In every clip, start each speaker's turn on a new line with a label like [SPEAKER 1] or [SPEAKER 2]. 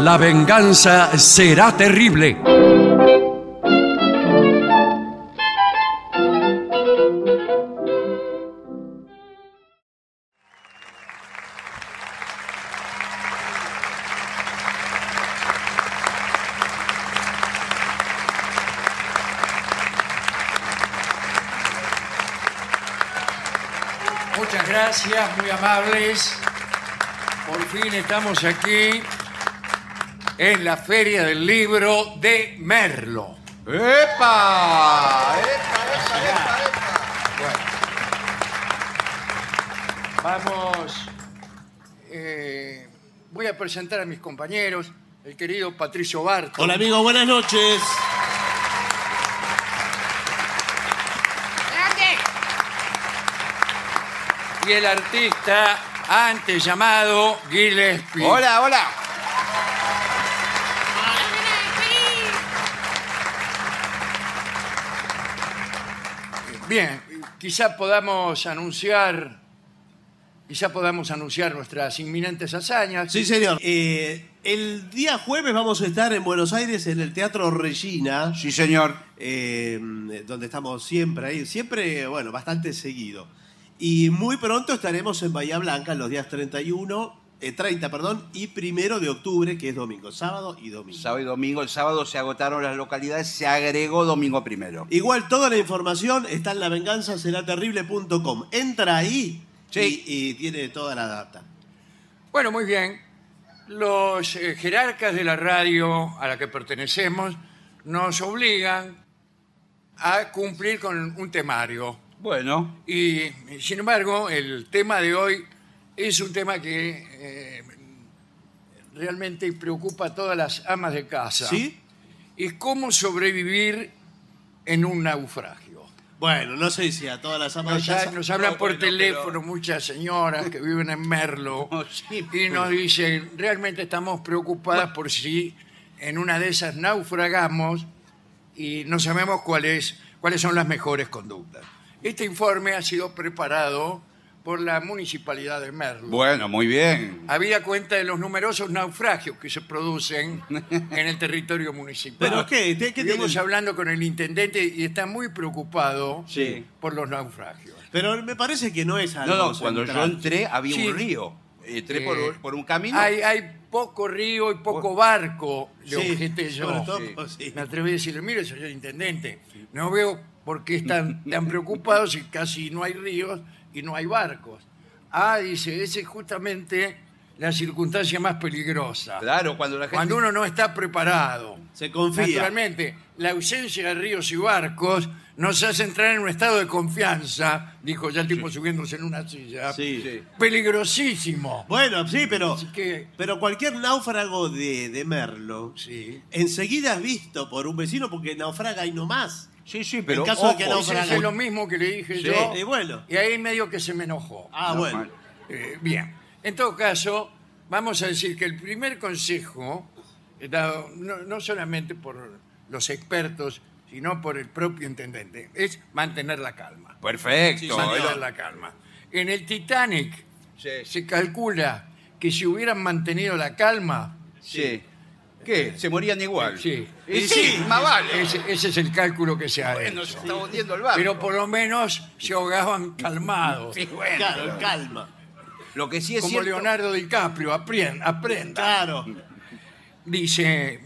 [SPEAKER 1] La venganza será terrible.
[SPEAKER 2] Muchas gracias, muy amables. Por fin estamos aquí en la Feria del Libro de Merlo.
[SPEAKER 3] ¡Epa! ¡Epa, epa, epa,
[SPEAKER 2] Vamos, eh, voy a presentar a mis compañeros, el querido Patricio Barto,
[SPEAKER 4] Hola amigos, buenas noches.
[SPEAKER 2] y el artista antes llamado Gillespie.
[SPEAKER 3] Hola, hola.
[SPEAKER 2] Bien, quizá podamos anunciar, quizá podamos anunciar nuestras inminentes hazañas.
[SPEAKER 4] Sí, señor. Eh, el día jueves vamos a estar en Buenos Aires en el Teatro Regina,
[SPEAKER 3] Sí, señor.
[SPEAKER 4] eh, donde estamos siempre ahí, siempre, bueno, bastante seguido. Y muy pronto estaremos en Bahía Blanca los días 31, eh, 30, perdón, y primero de octubre, que es domingo, sábado y domingo.
[SPEAKER 3] Sábado y domingo, el sábado se agotaron las localidades, se agregó domingo primero.
[SPEAKER 4] Igual toda la información está en lavenganzaseraterrible.com. Entra ahí
[SPEAKER 3] Sí.
[SPEAKER 4] y, y tiene toda la data.
[SPEAKER 2] Bueno, muy bien. Los eh, jerarcas de la radio a la que pertenecemos nos obligan a cumplir con un temario.
[SPEAKER 3] Bueno,
[SPEAKER 2] Y eh, sin embargo, el tema de hoy es un tema que eh, realmente preocupa a todas las amas de casa.
[SPEAKER 4] ¿Sí?
[SPEAKER 2] Es cómo sobrevivir en un naufragio.
[SPEAKER 4] Bueno, no sé si a todas las amas
[SPEAKER 2] Nos,
[SPEAKER 4] de
[SPEAKER 2] ha-
[SPEAKER 4] casa-
[SPEAKER 2] nos hablan
[SPEAKER 3] no,
[SPEAKER 2] por
[SPEAKER 3] bueno,
[SPEAKER 2] teléfono
[SPEAKER 3] pero-
[SPEAKER 2] muchas señoras que viven en Merlo
[SPEAKER 3] Oh, sí,
[SPEAKER 2] y
[SPEAKER 3] pues.
[SPEAKER 2] nos dicen, realmente estamos preocupadas por si en una de esas naufragamos y no sabemos cuál es- cuáles son las mejores conductas. Este informe ha sido preparado por la Municipalidad de Merlo.
[SPEAKER 3] bueno, muy bien.
[SPEAKER 2] Habida cuenta de los numerosos naufragios que se producen en el territorio municipal.
[SPEAKER 4] ¿Pero qué? ¿Qué- qué
[SPEAKER 2] Estuvimos
[SPEAKER 4] tienen?
[SPEAKER 2] hablando con el intendente y está muy preocupado
[SPEAKER 3] Sí.
[SPEAKER 2] por los naufragios.
[SPEAKER 4] Pero me parece que Ah, no es algo.
[SPEAKER 3] No, no, cuando yo
[SPEAKER 4] central.
[SPEAKER 3] entré había
[SPEAKER 2] Sí.
[SPEAKER 3] un río. Entré
[SPEAKER 2] Eh,
[SPEAKER 3] por, por un camino.
[SPEAKER 2] Hay, hay poco río y poco barco, le
[SPEAKER 4] Sí,
[SPEAKER 2] objeté yo.
[SPEAKER 4] sobre todo, pues, sí.
[SPEAKER 2] Me atreví a decirle, mire, señor intendente, no veo por qué están tan preocupados si casi no hay ríos y no hay barcos. Ah, dice, esa es justamente la circunstancia más peligrosa.
[SPEAKER 3] Claro, cuando la gente.
[SPEAKER 2] Cuando uno no está preparado.
[SPEAKER 4] Se confía.
[SPEAKER 2] Naturalmente, la ausencia de ríos y barcos nos hace entrar en un estado de confianza, dijo ya el tipo subiéndose en una silla.
[SPEAKER 4] Sí.
[SPEAKER 3] Sí.
[SPEAKER 2] Peligrosísimo.
[SPEAKER 4] Bueno, sí, pero.
[SPEAKER 2] Así que-
[SPEAKER 4] Pero cualquier náufrago de, de Merlo,
[SPEAKER 2] Sí.
[SPEAKER 4] enseguida es visto por un vecino porque naufraga y no más.
[SPEAKER 3] Sí, sí, pero.
[SPEAKER 4] En caso de
[SPEAKER 3] ojo,
[SPEAKER 4] que
[SPEAKER 2] Pues
[SPEAKER 4] naufrague.
[SPEAKER 2] hice lo mismo que le dije
[SPEAKER 3] Sí.
[SPEAKER 2] yo.
[SPEAKER 4] Y bueno.
[SPEAKER 2] Y ahí medio que se me enojó.
[SPEAKER 4] Ah,
[SPEAKER 3] No,
[SPEAKER 4] bueno.
[SPEAKER 3] mal.
[SPEAKER 2] Eh, bien. En todo caso, vamos a decir que el primer consejo, eh, dado no, no solamente por los expertos, sino por el propio intendente, es mantener la calma.
[SPEAKER 3] Perfecto.
[SPEAKER 4] Sí,
[SPEAKER 3] eh,
[SPEAKER 2] mantener
[SPEAKER 4] señor.
[SPEAKER 2] la calma. En el Titanic
[SPEAKER 3] Sí.
[SPEAKER 2] se calcula que si hubieran mantenido la calma,
[SPEAKER 3] sí. ¿Qué? Se morían igual.
[SPEAKER 2] Sí.
[SPEAKER 3] Y
[SPEAKER 4] Y
[SPEAKER 3] sí,
[SPEAKER 4] sí.
[SPEAKER 3] más vale.
[SPEAKER 2] ese, ese es el cálculo que se ha
[SPEAKER 3] Bueno,
[SPEAKER 2] hecho.
[SPEAKER 3] se está hundiendo el barco.
[SPEAKER 2] Pero por lo menos se ahogaban calmados.
[SPEAKER 3] Sí, bueno,
[SPEAKER 4] Claro,
[SPEAKER 3] pero-
[SPEAKER 4] calma.
[SPEAKER 3] Lo que sí es
[SPEAKER 2] Como
[SPEAKER 3] cierto.
[SPEAKER 2] Leonardo DiCaprio, aprien- aprenda.
[SPEAKER 4] Claro.
[SPEAKER 2] Dice,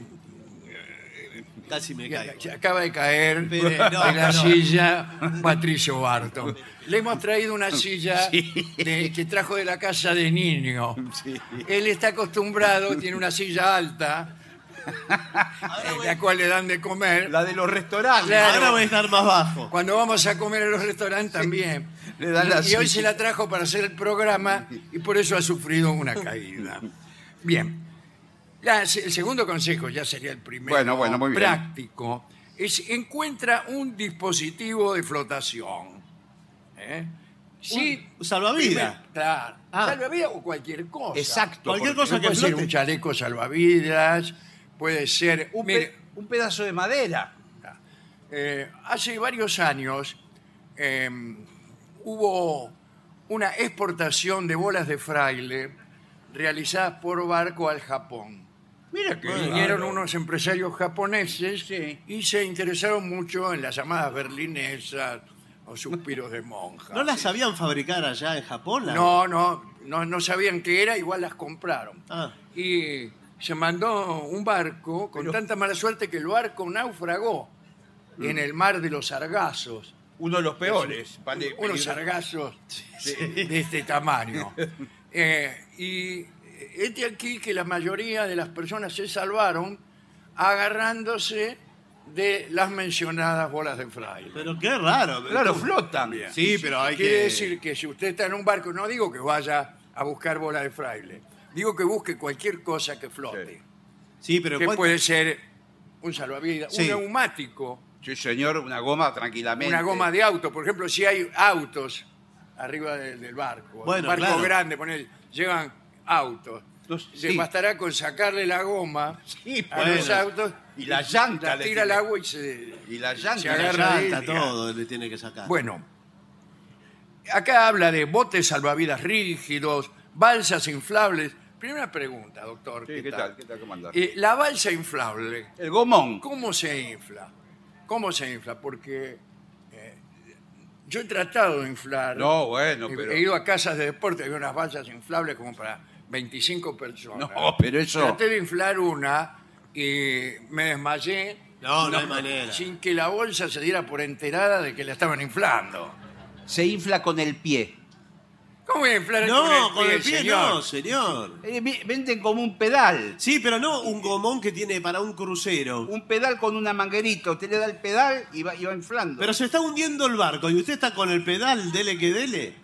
[SPEAKER 4] Casi me caigo.
[SPEAKER 2] se acaba de caer
[SPEAKER 4] Pero
[SPEAKER 2] de
[SPEAKER 4] no,
[SPEAKER 2] la
[SPEAKER 4] no.
[SPEAKER 2] silla Patricio Barton. Le hemos traído una silla
[SPEAKER 3] Sí.
[SPEAKER 2] de- que trajo de la casa de niño. Él está acostumbrado, tiene una silla alta, eh, la cual le dan de comer.
[SPEAKER 3] La de los restaurantes.
[SPEAKER 2] Claro.
[SPEAKER 4] Ahora voy a estar más bajo.
[SPEAKER 2] Cuando vamos a comer a los restaurantes también.
[SPEAKER 3] Le dan la
[SPEAKER 2] y hoy
[SPEAKER 3] silla.
[SPEAKER 2] se la trajo para hacer el programa y por eso ha sufrido una caída. Bien. La- se- el segundo consejo, ya sería el primero
[SPEAKER 3] Bueno, bueno, muy bien.
[SPEAKER 2] práctico, es encuentra un dispositivo de flotación. ¿Eh? Sí.
[SPEAKER 4] Un salvavidas.
[SPEAKER 2] primer- Claro.
[SPEAKER 4] Ah.
[SPEAKER 2] Salvavidas o cualquier cosa.
[SPEAKER 3] Exacto.
[SPEAKER 4] Cualquier
[SPEAKER 3] porque-
[SPEAKER 4] cosa que
[SPEAKER 2] Puede ser
[SPEAKER 4] flote.
[SPEAKER 2] un chaleco salvavidas, puede ser...
[SPEAKER 3] Un, pe-
[SPEAKER 2] mire,
[SPEAKER 3] un pedazo de madera.
[SPEAKER 2] eh, hace varios años eh, hubo una exportación de bolas de fraile realizadas por barco al Japón. Mira que vinieron
[SPEAKER 4] Ah,
[SPEAKER 2] unos empresarios japoneses y se interesaron mucho en las llamadas berlinesas o suspiros de monja.
[SPEAKER 4] ¿No las sabían fabricar allá en Japón? las-
[SPEAKER 2] No, no, no, no sabían qué era, igual las compraron.
[SPEAKER 4] Ah.
[SPEAKER 2] Y se mandó un barco con tanta mala suerte que el barco naufragó
[SPEAKER 4] Mm.
[SPEAKER 2] en el mar de los sargazos.
[SPEAKER 5] Uno de los peores. vale,
[SPEAKER 2] unos
[SPEAKER 5] peligro-
[SPEAKER 2] sargazos de, de este tamaño. Eh, y este aquí que la mayoría de las personas se salvaron agarrándose de las mencionadas bolas de fraile.
[SPEAKER 4] Pero qué raro.
[SPEAKER 5] Claro, flotan.
[SPEAKER 4] Sí, pero hay que...
[SPEAKER 2] Quiere decir que si usted está en un barco, no digo que vaya a buscar bolas de fraile, digo que busque cualquier cosa que flote,
[SPEAKER 4] Sí, pero
[SPEAKER 2] que
[SPEAKER 4] ¿cuál-
[SPEAKER 2] puede ser un salvavidas,
[SPEAKER 4] Sí.
[SPEAKER 2] un neumático,
[SPEAKER 5] Sí, señor, una goma tranquilamente.
[SPEAKER 2] una goma de auto. Por ejemplo, si hay autos arriba del, del barco,
[SPEAKER 4] Bueno,
[SPEAKER 2] un barco
[SPEAKER 4] claro.
[SPEAKER 2] grande, ponele, llevan autos.
[SPEAKER 5] Los-
[SPEAKER 2] Se
[SPEAKER 5] sí.
[SPEAKER 2] bastará con sacarle la goma
[SPEAKER 5] Sí,
[SPEAKER 2] a
[SPEAKER 4] bueno.
[SPEAKER 2] los autos
[SPEAKER 5] Y la llanta
[SPEAKER 2] la
[SPEAKER 5] le
[SPEAKER 2] tira al
[SPEAKER 5] tiene.
[SPEAKER 2] agua y se.
[SPEAKER 5] Y la llanta.
[SPEAKER 2] se
[SPEAKER 5] La
[SPEAKER 4] la
[SPEAKER 2] agarra de
[SPEAKER 4] llanta,
[SPEAKER 2] ella.
[SPEAKER 4] todo le tiene que sacar.
[SPEAKER 2] Bueno, acá habla de botes salvavidas rígidos, balsas inflables. Primera pregunta, doctor.
[SPEAKER 5] Sí, ¿Qué tal? ¿Qué tal? ¿Cómo andás?
[SPEAKER 2] Eh, la balsa inflable,
[SPEAKER 5] El gomón.
[SPEAKER 2] ¿Cómo se infla? ¿Cómo se infla? Porque eh, yo he tratado de inflar.
[SPEAKER 5] No, bueno,
[SPEAKER 2] He-
[SPEAKER 5] pero-
[SPEAKER 2] He ido a casas de deporte, había unas balsas inflables como para 25 personas.
[SPEAKER 5] No, pero eso-
[SPEAKER 2] Traté de inflar una y me desmayé.
[SPEAKER 4] No, no hay manera.
[SPEAKER 2] Sin que la bolsa se diera por enterada de que la estaban inflando.
[SPEAKER 3] Se infla con el pie.
[SPEAKER 2] ¿Cómo voy a inflar
[SPEAKER 4] No, con el pie
[SPEAKER 2] señor?
[SPEAKER 4] no, señor.
[SPEAKER 3] Eh, vi- venden como un pedal.
[SPEAKER 4] Sí, pero no un gomón que tiene para un crucero.
[SPEAKER 3] Un pedal con una manguerita. Usted le da el pedal y va, y va inflando.
[SPEAKER 4] Pero se está hundiendo el barco y usted está con el pedal, dele que dele.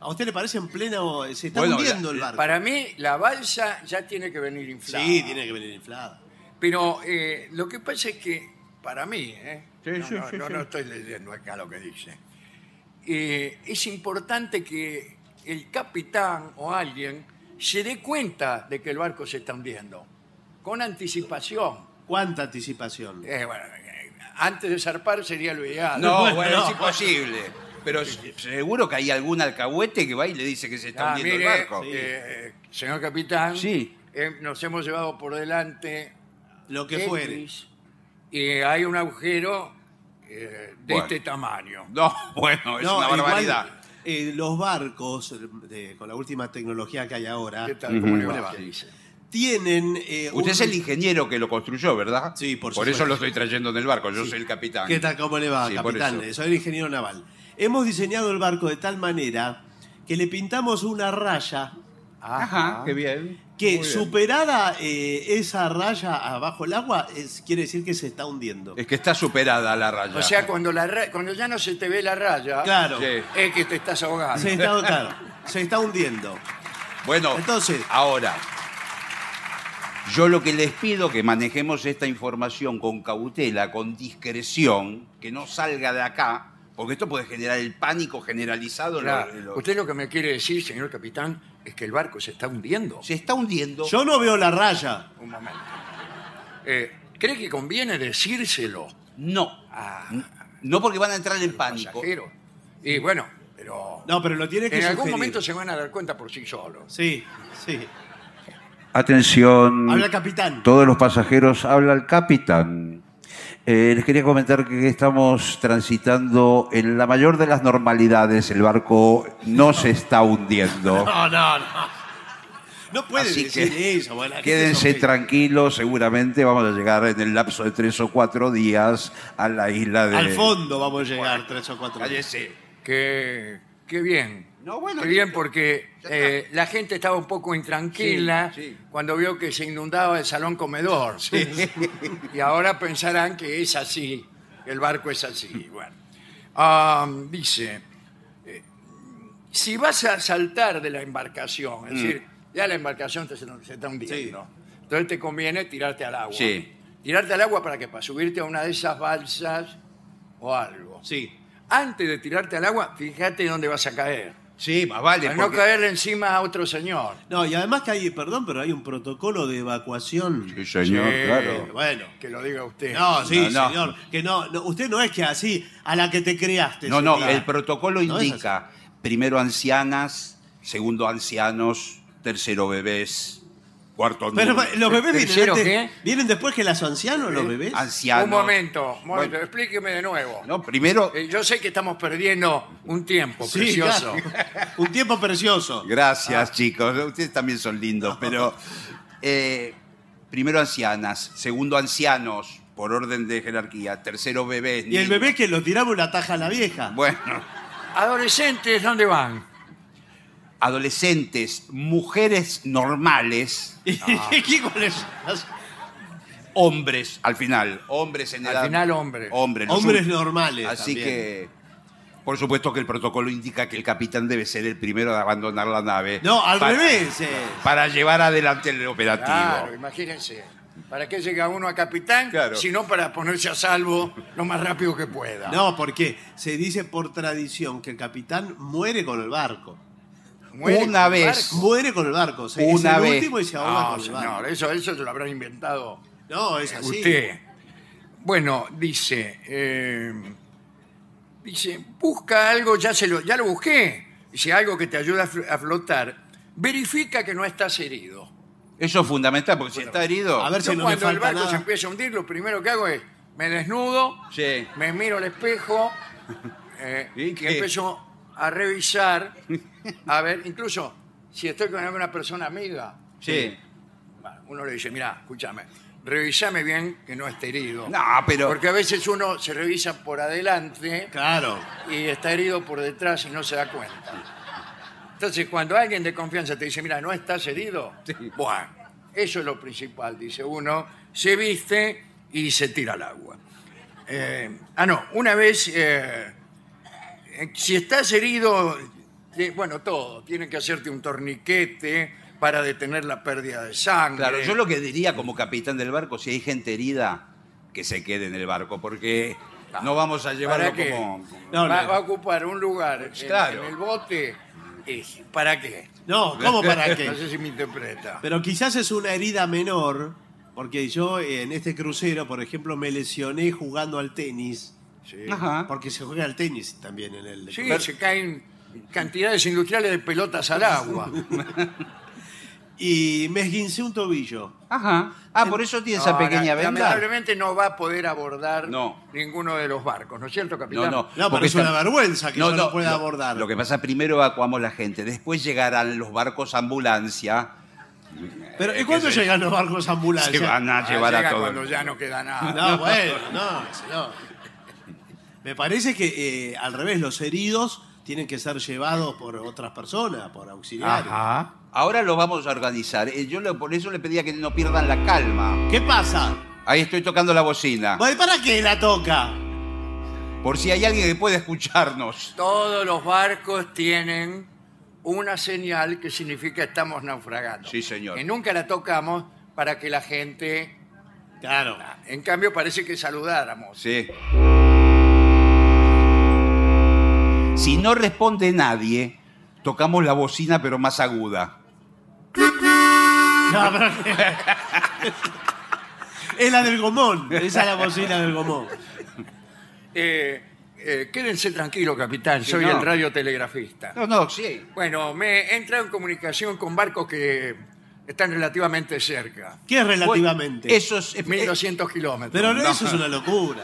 [SPEAKER 4] ¿A usted le parece en pleno... Se está
[SPEAKER 5] Bueno,
[SPEAKER 4] hundiendo
[SPEAKER 5] la-
[SPEAKER 4] el barco.
[SPEAKER 2] Para mí, la balsa ya tiene que venir inflada.
[SPEAKER 4] Sí, tiene que venir inflada.
[SPEAKER 2] Pero eh, lo que pasa es que, para mí, ¿eh?
[SPEAKER 5] Sí,
[SPEAKER 2] no,
[SPEAKER 5] sí,
[SPEAKER 2] no,
[SPEAKER 5] sí,
[SPEAKER 2] no-
[SPEAKER 5] sí.
[SPEAKER 2] no estoy leyendo acá lo que dice, Eh, es importante que el capitán o alguien se dé cuenta de que el barco se está hundiendo, con anticipación.
[SPEAKER 4] ¿Cuánta anticipación?
[SPEAKER 2] Eh, bueno, eh, antes de zarpar sería lo ideal. Ah,
[SPEAKER 5] No,
[SPEAKER 4] Bueno,
[SPEAKER 5] bueno,
[SPEAKER 4] no.
[SPEAKER 5] es imposible. Pero se- seguro que hay algún alcahuete que va y le dice que se está
[SPEAKER 2] Ah,
[SPEAKER 5] hundiendo
[SPEAKER 2] mire,
[SPEAKER 5] el barco.
[SPEAKER 2] eh, señor capitán,
[SPEAKER 3] Sí.
[SPEAKER 2] eh, nos hemos llevado por delante
[SPEAKER 4] Lo que
[SPEAKER 2] X,
[SPEAKER 4] fuere.
[SPEAKER 2] Y hay un agujero eh, de
[SPEAKER 5] Bueno.
[SPEAKER 2] este tamaño.
[SPEAKER 5] No, bueno, es
[SPEAKER 4] No,
[SPEAKER 5] una
[SPEAKER 4] igual,
[SPEAKER 5] barbaridad.
[SPEAKER 4] eh, los barcos, eh, de- con la última tecnología que hay ahora,
[SPEAKER 2] ¿Qué tal? ¿Cómo le va?
[SPEAKER 4] Sí. tienen... eh,
[SPEAKER 5] Usted
[SPEAKER 4] un-
[SPEAKER 5] es el ingeniero que lo construyó, ¿verdad?
[SPEAKER 4] Sí, por
[SPEAKER 5] Por
[SPEAKER 4] supuesto.
[SPEAKER 5] eso lo estoy trayendo en el barco, yo soy el capitán.
[SPEAKER 4] ¿Qué tal? ¿Cómo le va,
[SPEAKER 5] Sí, por
[SPEAKER 4] capitán?
[SPEAKER 5] eso.
[SPEAKER 4] Soy el ingeniero naval. Hemos diseñado el barco de tal manera que le pintamos una raya
[SPEAKER 5] Ajá, qué bien.
[SPEAKER 4] que
[SPEAKER 5] Muy bien.
[SPEAKER 4] superada eh, esa raya abajo el agua es- quiere decir que se está hundiendo.
[SPEAKER 5] Es que está superada la raya.
[SPEAKER 2] O sea, cuando, la ra- cuando ya no se te ve la raya,
[SPEAKER 4] Claro,
[SPEAKER 5] Sí.
[SPEAKER 2] es que te estás ahogando.
[SPEAKER 4] se, está, claro, se está hundiendo.
[SPEAKER 5] bueno,
[SPEAKER 4] entonces-
[SPEAKER 5] ahora, yo lo que les pido que manejemos esta información con cautela, con discreción, que no salga de acá, porque esto puede generar el pánico generalizado. en
[SPEAKER 2] Claro.
[SPEAKER 5] lo- en lo-
[SPEAKER 2] Usted lo que me quiere decir, señor capitán, es que el barco se está hundiendo.
[SPEAKER 5] Se está hundiendo.
[SPEAKER 4] Yo no veo la raya.
[SPEAKER 2] Un momento. Eh, ¿Cree que conviene decírselo
[SPEAKER 5] No,
[SPEAKER 2] a
[SPEAKER 5] no porque van a entrar en pánico.
[SPEAKER 2] pasajero? Y bueno, pero
[SPEAKER 4] No, pero lo tiene que
[SPEAKER 2] en algún
[SPEAKER 4] sugerir.
[SPEAKER 2] momento se van a dar cuenta por sí solos.
[SPEAKER 4] Sí, sí.
[SPEAKER 5] Mm.
[SPEAKER 6] Atención.
[SPEAKER 4] Habla el capitán.
[SPEAKER 6] Todos los pasajeros, habla el capitán. Eh, les quería comentar que estamos transitando en la mayor de las normalidades. El barco no se está hundiendo.
[SPEAKER 4] No, no, no. No puede
[SPEAKER 6] Así
[SPEAKER 4] decir
[SPEAKER 6] que
[SPEAKER 4] eso. bueno, la gente
[SPEAKER 6] Quédense
[SPEAKER 4] sospecha.
[SPEAKER 6] tranquilos, seguramente vamos a llegar en el lapso de tres o cuatro días a la isla de...
[SPEAKER 4] Al fondo vamos a llegar tres o cuatro. días.
[SPEAKER 5] eh, Cállese.
[SPEAKER 2] Que, que bien.
[SPEAKER 5] No, bueno,
[SPEAKER 2] Qué bien
[SPEAKER 5] listo.
[SPEAKER 2] porque eh, la gente estaba un poco intranquila
[SPEAKER 5] Sí, sí.
[SPEAKER 2] cuando vio que se inundaba el salón comedor. Y ahora pensarán que es así, que el barco es así. Bueno. Ah, dice, eh, si vas a saltar de la embarcación, es
[SPEAKER 5] Mm.
[SPEAKER 2] decir, ya la embarcación te, se está hundiendo, entonces te conviene tirarte al agua.
[SPEAKER 5] Sí.
[SPEAKER 2] Tirarte al agua para que para subirte a una de esas balsas o algo.
[SPEAKER 4] Sí.
[SPEAKER 2] Antes de tirarte al agua, fíjate dónde vas a caer.
[SPEAKER 5] Sí, más vale.
[SPEAKER 2] Para no
[SPEAKER 5] porque-
[SPEAKER 2] caerle encima a otro señor.
[SPEAKER 4] No, y además que hay, perdón, pero hay un protocolo de evacuación.
[SPEAKER 6] Sí, señor,
[SPEAKER 2] Sí.
[SPEAKER 6] claro.
[SPEAKER 4] Eh, Bueno.
[SPEAKER 2] Que lo diga usted.
[SPEAKER 4] No, sí,
[SPEAKER 5] No, no.
[SPEAKER 4] señor. Que no, no, usted no es que así, a la que te creaste.
[SPEAKER 5] No,
[SPEAKER 4] se
[SPEAKER 5] no,
[SPEAKER 4] tira.
[SPEAKER 5] el protocolo
[SPEAKER 4] No es
[SPEAKER 5] indica primero ancianas, segundo ancianos, tercero bebés. cuarto
[SPEAKER 4] Pero
[SPEAKER 5] nulo.
[SPEAKER 4] los bebés vienen,
[SPEAKER 2] ¿Tercero
[SPEAKER 4] antes-
[SPEAKER 2] qué?
[SPEAKER 4] vienen después que los ancianos,
[SPEAKER 5] Eh,
[SPEAKER 4] los bebés.
[SPEAKER 5] Ancianos.
[SPEAKER 2] Un momento, un momento,
[SPEAKER 5] ah, Bueno,
[SPEAKER 2] explíqueme de nuevo.
[SPEAKER 5] no, primero,
[SPEAKER 2] Eh, Yo sé que estamos perdiendo un tiempo
[SPEAKER 4] Sí,
[SPEAKER 2] precioso.
[SPEAKER 4] claro. Un tiempo precioso.
[SPEAKER 2] Ah.
[SPEAKER 5] gracias chicos, ustedes también son lindos, pero eh, primero ancianas, segundo ancianos, por orden de jerarquía, tercero bebés.
[SPEAKER 4] Y el
[SPEAKER 5] niños.
[SPEAKER 4] bebé que lo tiraba una taja a la vieja.
[SPEAKER 5] Bueno,
[SPEAKER 2] ¿Adolescentes dónde van?
[SPEAKER 5] adolescentes, mujeres normales,
[SPEAKER 4] ¿Qué con eso?
[SPEAKER 5] hombres al final, hombres en
[SPEAKER 2] Al
[SPEAKER 5] edad.
[SPEAKER 2] final, hombres.
[SPEAKER 5] Hombres, los
[SPEAKER 4] Hombres
[SPEAKER 5] ul-
[SPEAKER 4] normales.
[SPEAKER 5] Así
[SPEAKER 4] también.
[SPEAKER 5] que, por supuesto que el protocolo indica que el capitán debe ser el primero a abandonar la nave.
[SPEAKER 4] No, al
[SPEAKER 5] Pa-
[SPEAKER 4] revés. eh.
[SPEAKER 5] Para llevar adelante el operativo.
[SPEAKER 2] Claro, imagínense. ¿Para qué llega uno a capitán?
[SPEAKER 5] Claro.
[SPEAKER 2] Sino para ponerse a salvo lo más rápido que pueda.
[SPEAKER 4] No, porque se dice por tradición que el capitán muere con el barco.
[SPEAKER 2] Muere
[SPEAKER 5] Una
[SPEAKER 2] con el
[SPEAKER 5] vez.
[SPEAKER 2] barco.
[SPEAKER 4] Muere con el barco. Se
[SPEAKER 5] Una
[SPEAKER 4] es el
[SPEAKER 5] vez.
[SPEAKER 4] último y se ahoga
[SPEAKER 2] No,
[SPEAKER 4] con el barco.
[SPEAKER 2] señor, eso, eso se lo habrán inventado
[SPEAKER 4] No, es así.
[SPEAKER 2] usted. Bueno, dice, eh, dice, busca algo, ya, se lo, ya lo busqué. Dice, algo que te ayuda a fl- a flotar. Verifica que no estás herido.
[SPEAKER 5] Eso es fundamental, porque si está herido.
[SPEAKER 4] A ver
[SPEAKER 2] Yo
[SPEAKER 4] si no me
[SPEAKER 2] cuando el
[SPEAKER 4] falta
[SPEAKER 2] barco se
[SPEAKER 4] nada.
[SPEAKER 2] empieza a hundir, lo primero que hago es, me desnudo,
[SPEAKER 5] Sí.
[SPEAKER 2] me miro al espejo eh,
[SPEAKER 5] ¿Y
[SPEAKER 2] y
[SPEAKER 5] qué?
[SPEAKER 2] empiezo a revisar, a ver, incluso si estoy con alguna persona amiga, eh,
[SPEAKER 5] Sí.
[SPEAKER 2] bueno, uno le dice, mira, escúchame, revisame bien que no esté herido.
[SPEAKER 5] No, pero.
[SPEAKER 2] Porque a veces uno se revisa por adelante
[SPEAKER 4] Claro.
[SPEAKER 2] y está herido por detrás y no se da cuenta. Entonces, cuando alguien de confianza te dice, mira, no estás herido, bueno, eso es lo principal, dice uno, se viste y se tira al agua. Eh, ah, no, una vez, eh, eh, si estás herido, te- bueno, todo, tienen que hacerte un torniquete para detener la pérdida de sangre.
[SPEAKER 5] Claro, yo lo que diría como capitán del barco, si hay gente herida, que se quede en el barco, porque no vamos a llevarlo
[SPEAKER 2] ¿Para qué?
[SPEAKER 5] como.
[SPEAKER 4] No,
[SPEAKER 2] va,
[SPEAKER 4] no.
[SPEAKER 2] va a ocupar un lugar en-
[SPEAKER 5] Claro.
[SPEAKER 2] en el bote, y- ¿para qué?
[SPEAKER 4] No, ¿cómo para
[SPEAKER 2] No
[SPEAKER 4] qué?
[SPEAKER 2] sé si me interpreta.
[SPEAKER 4] Pero quizás es una herida menor, porque yo eh, en este crucero, por ejemplo, me lesioné jugando al tenis,
[SPEAKER 2] Sí,
[SPEAKER 5] Ajá.
[SPEAKER 4] porque se juega al tenis también en el...
[SPEAKER 2] Sí,
[SPEAKER 4] crucero.
[SPEAKER 2] se caen cantidades industriales de pelotas al agua.
[SPEAKER 4] Y me esguincé un tobillo.
[SPEAKER 5] Ajá. Ah, por eso tiene esa
[SPEAKER 2] Ahora,
[SPEAKER 5] pequeña venda.
[SPEAKER 2] Lamentablemente no va a poder abordar
[SPEAKER 5] No.
[SPEAKER 2] ninguno de los barcos, ¿no es cierto,
[SPEAKER 5] No,
[SPEAKER 2] capitán?
[SPEAKER 5] no.
[SPEAKER 4] No,
[SPEAKER 5] porque
[SPEAKER 4] porque es una vergüenza que yo no pueda
[SPEAKER 5] lo-
[SPEAKER 4] abordar.
[SPEAKER 5] Lo que pasa, primero evacuamos la gente, después llegarán los barcos ambulancia.
[SPEAKER 4] Pero
[SPEAKER 5] Eh,
[SPEAKER 4] ¿y cuándo
[SPEAKER 5] que se-
[SPEAKER 4] llegan los barcos ambulancia?
[SPEAKER 5] Se van a
[SPEAKER 2] Ah,
[SPEAKER 5] llevar
[SPEAKER 2] llega
[SPEAKER 5] a todo. el-
[SPEAKER 2] cuando ya no queda nada.
[SPEAKER 4] No, bueno, no, no. Me parece que eh, al revés, los heridos tienen que ser llevados por otras personas, por auxiliares.
[SPEAKER 2] Ajá.
[SPEAKER 5] Ahora lo vamos a organizar. Eh, Yo le- por eso le pedía que no pierdan la calma.
[SPEAKER 4] ¿Qué pasa?
[SPEAKER 5] Ahí estoy tocando la bocina.
[SPEAKER 4] Bueno, ¿Para qué la toca?
[SPEAKER 5] Por si hay alguien que pueda escucharnos.
[SPEAKER 2] Todos los barcos tienen una señal que significa estamos naufragando.
[SPEAKER 5] Sí, señor.
[SPEAKER 2] Que nunca la tocamos para que la gente...
[SPEAKER 4] Claro.
[SPEAKER 2] En cambio, parece que saludáramos.
[SPEAKER 5] Sí. Si no responde nadie, tocamos la bocina pero más aguda.
[SPEAKER 4] No, pero- es la del gomón, esa es la bocina del gomón.
[SPEAKER 2] Eh, eh, quédense tranquilo, capitán.
[SPEAKER 5] Sí,
[SPEAKER 2] Soy
[SPEAKER 5] no.
[SPEAKER 2] el radiotelegrafista.
[SPEAKER 5] No, no, sí.
[SPEAKER 2] Bueno, me he entrado en comunicación con barcos que están relativamente cerca.
[SPEAKER 4] ¿Qué es relativamente?
[SPEAKER 5] Eso es, es-
[SPEAKER 2] 1200 kilómetros.
[SPEAKER 4] Eh, Pero no,
[SPEAKER 5] No.
[SPEAKER 4] eso es una locura.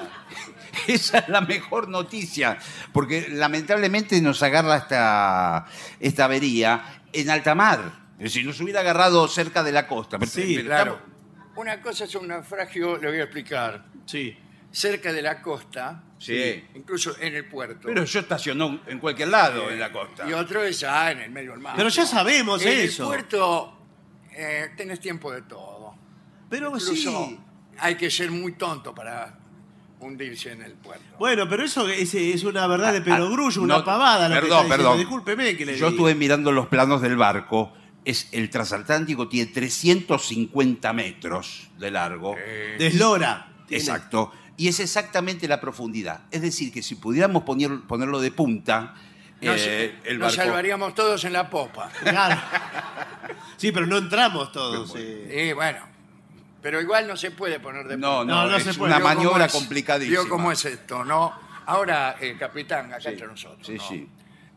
[SPEAKER 5] Esa es la mejor noticia, porque lamentablemente nos agarra esta, esta avería en alta mar. Es decir, nos hubiera agarrado cerca de la costa. Pero-
[SPEAKER 4] Sí,
[SPEAKER 5] pero
[SPEAKER 2] claro.
[SPEAKER 5] estamos-
[SPEAKER 2] Una cosa es un naufragio, le voy a explicar,
[SPEAKER 4] Sí.
[SPEAKER 2] cerca de la costa,
[SPEAKER 5] Sí.
[SPEAKER 2] incluso en el puerto.
[SPEAKER 5] Pero yo estacionó en cualquier lado en la costa.
[SPEAKER 2] y otro es ah, en el medio del mar.
[SPEAKER 4] Pero ya sabemos
[SPEAKER 2] en
[SPEAKER 4] eso.
[SPEAKER 2] el puerto eh, tenés tiempo de todo.
[SPEAKER 4] Pero
[SPEAKER 2] Incluso
[SPEAKER 4] sí.
[SPEAKER 2] hay que ser muy tonto para hundirse en el puerto.
[SPEAKER 4] Bueno, pero eso es, es una verdad de perogrullo, una
[SPEAKER 5] Ah, No,
[SPEAKER 4] pavada. Lo que
[SPEAKER 5] perdón,
[SPEAKER 4] está diciendo.
[SPEAKER 5] perdón.
[SPEAKER 4] Discúlpeme que le
[SPEAKER 5] Yo
[SPEAKER 4] diga.
[SPEAKER 5] estuve mirando los planos del barco. Es, el transatlántico tiene 350 metros de largo.
[SPEAKER 4] Deslora. Eh, tiene.
[SPEAKER 5] Exacto. Y es exactamente la profundidad. Es decir, que si pudiéramos poner- ponerlo de punta,
[SPEAKER 2] nos,
[SPEAKER 5] eh, el
[SPEAKER 2] nos
[SPEAKER 5] barco.
[SPEAKER 2] salvaríamos todos en la popa.
[SPEAKER 4] Claro. Sí, pero no entramos todos. eh.
[SPEAKER 2] Y bueno, pero igual no se puede poner de
[SPEAKER 5] No, no,
[SPEAKER 4] No, no
[SPEAKER 5] es
[SPEAKER 4] se puede.
[SPEAKER 5] una
[SPEAKER 4] Vio cómo
[SPEAKER 5] maniobra
[SPEAKER 2] es-
[SPEAKER 5] complicadísima.
[SPEAKER 2] Vio cómo es esto, ¿no? Ahora, eh, capitán, acá entre nosotros.
[SPEAKER 5] sí,
[SPEAKER 2] ¿no?
[SPEAKER 5] sí.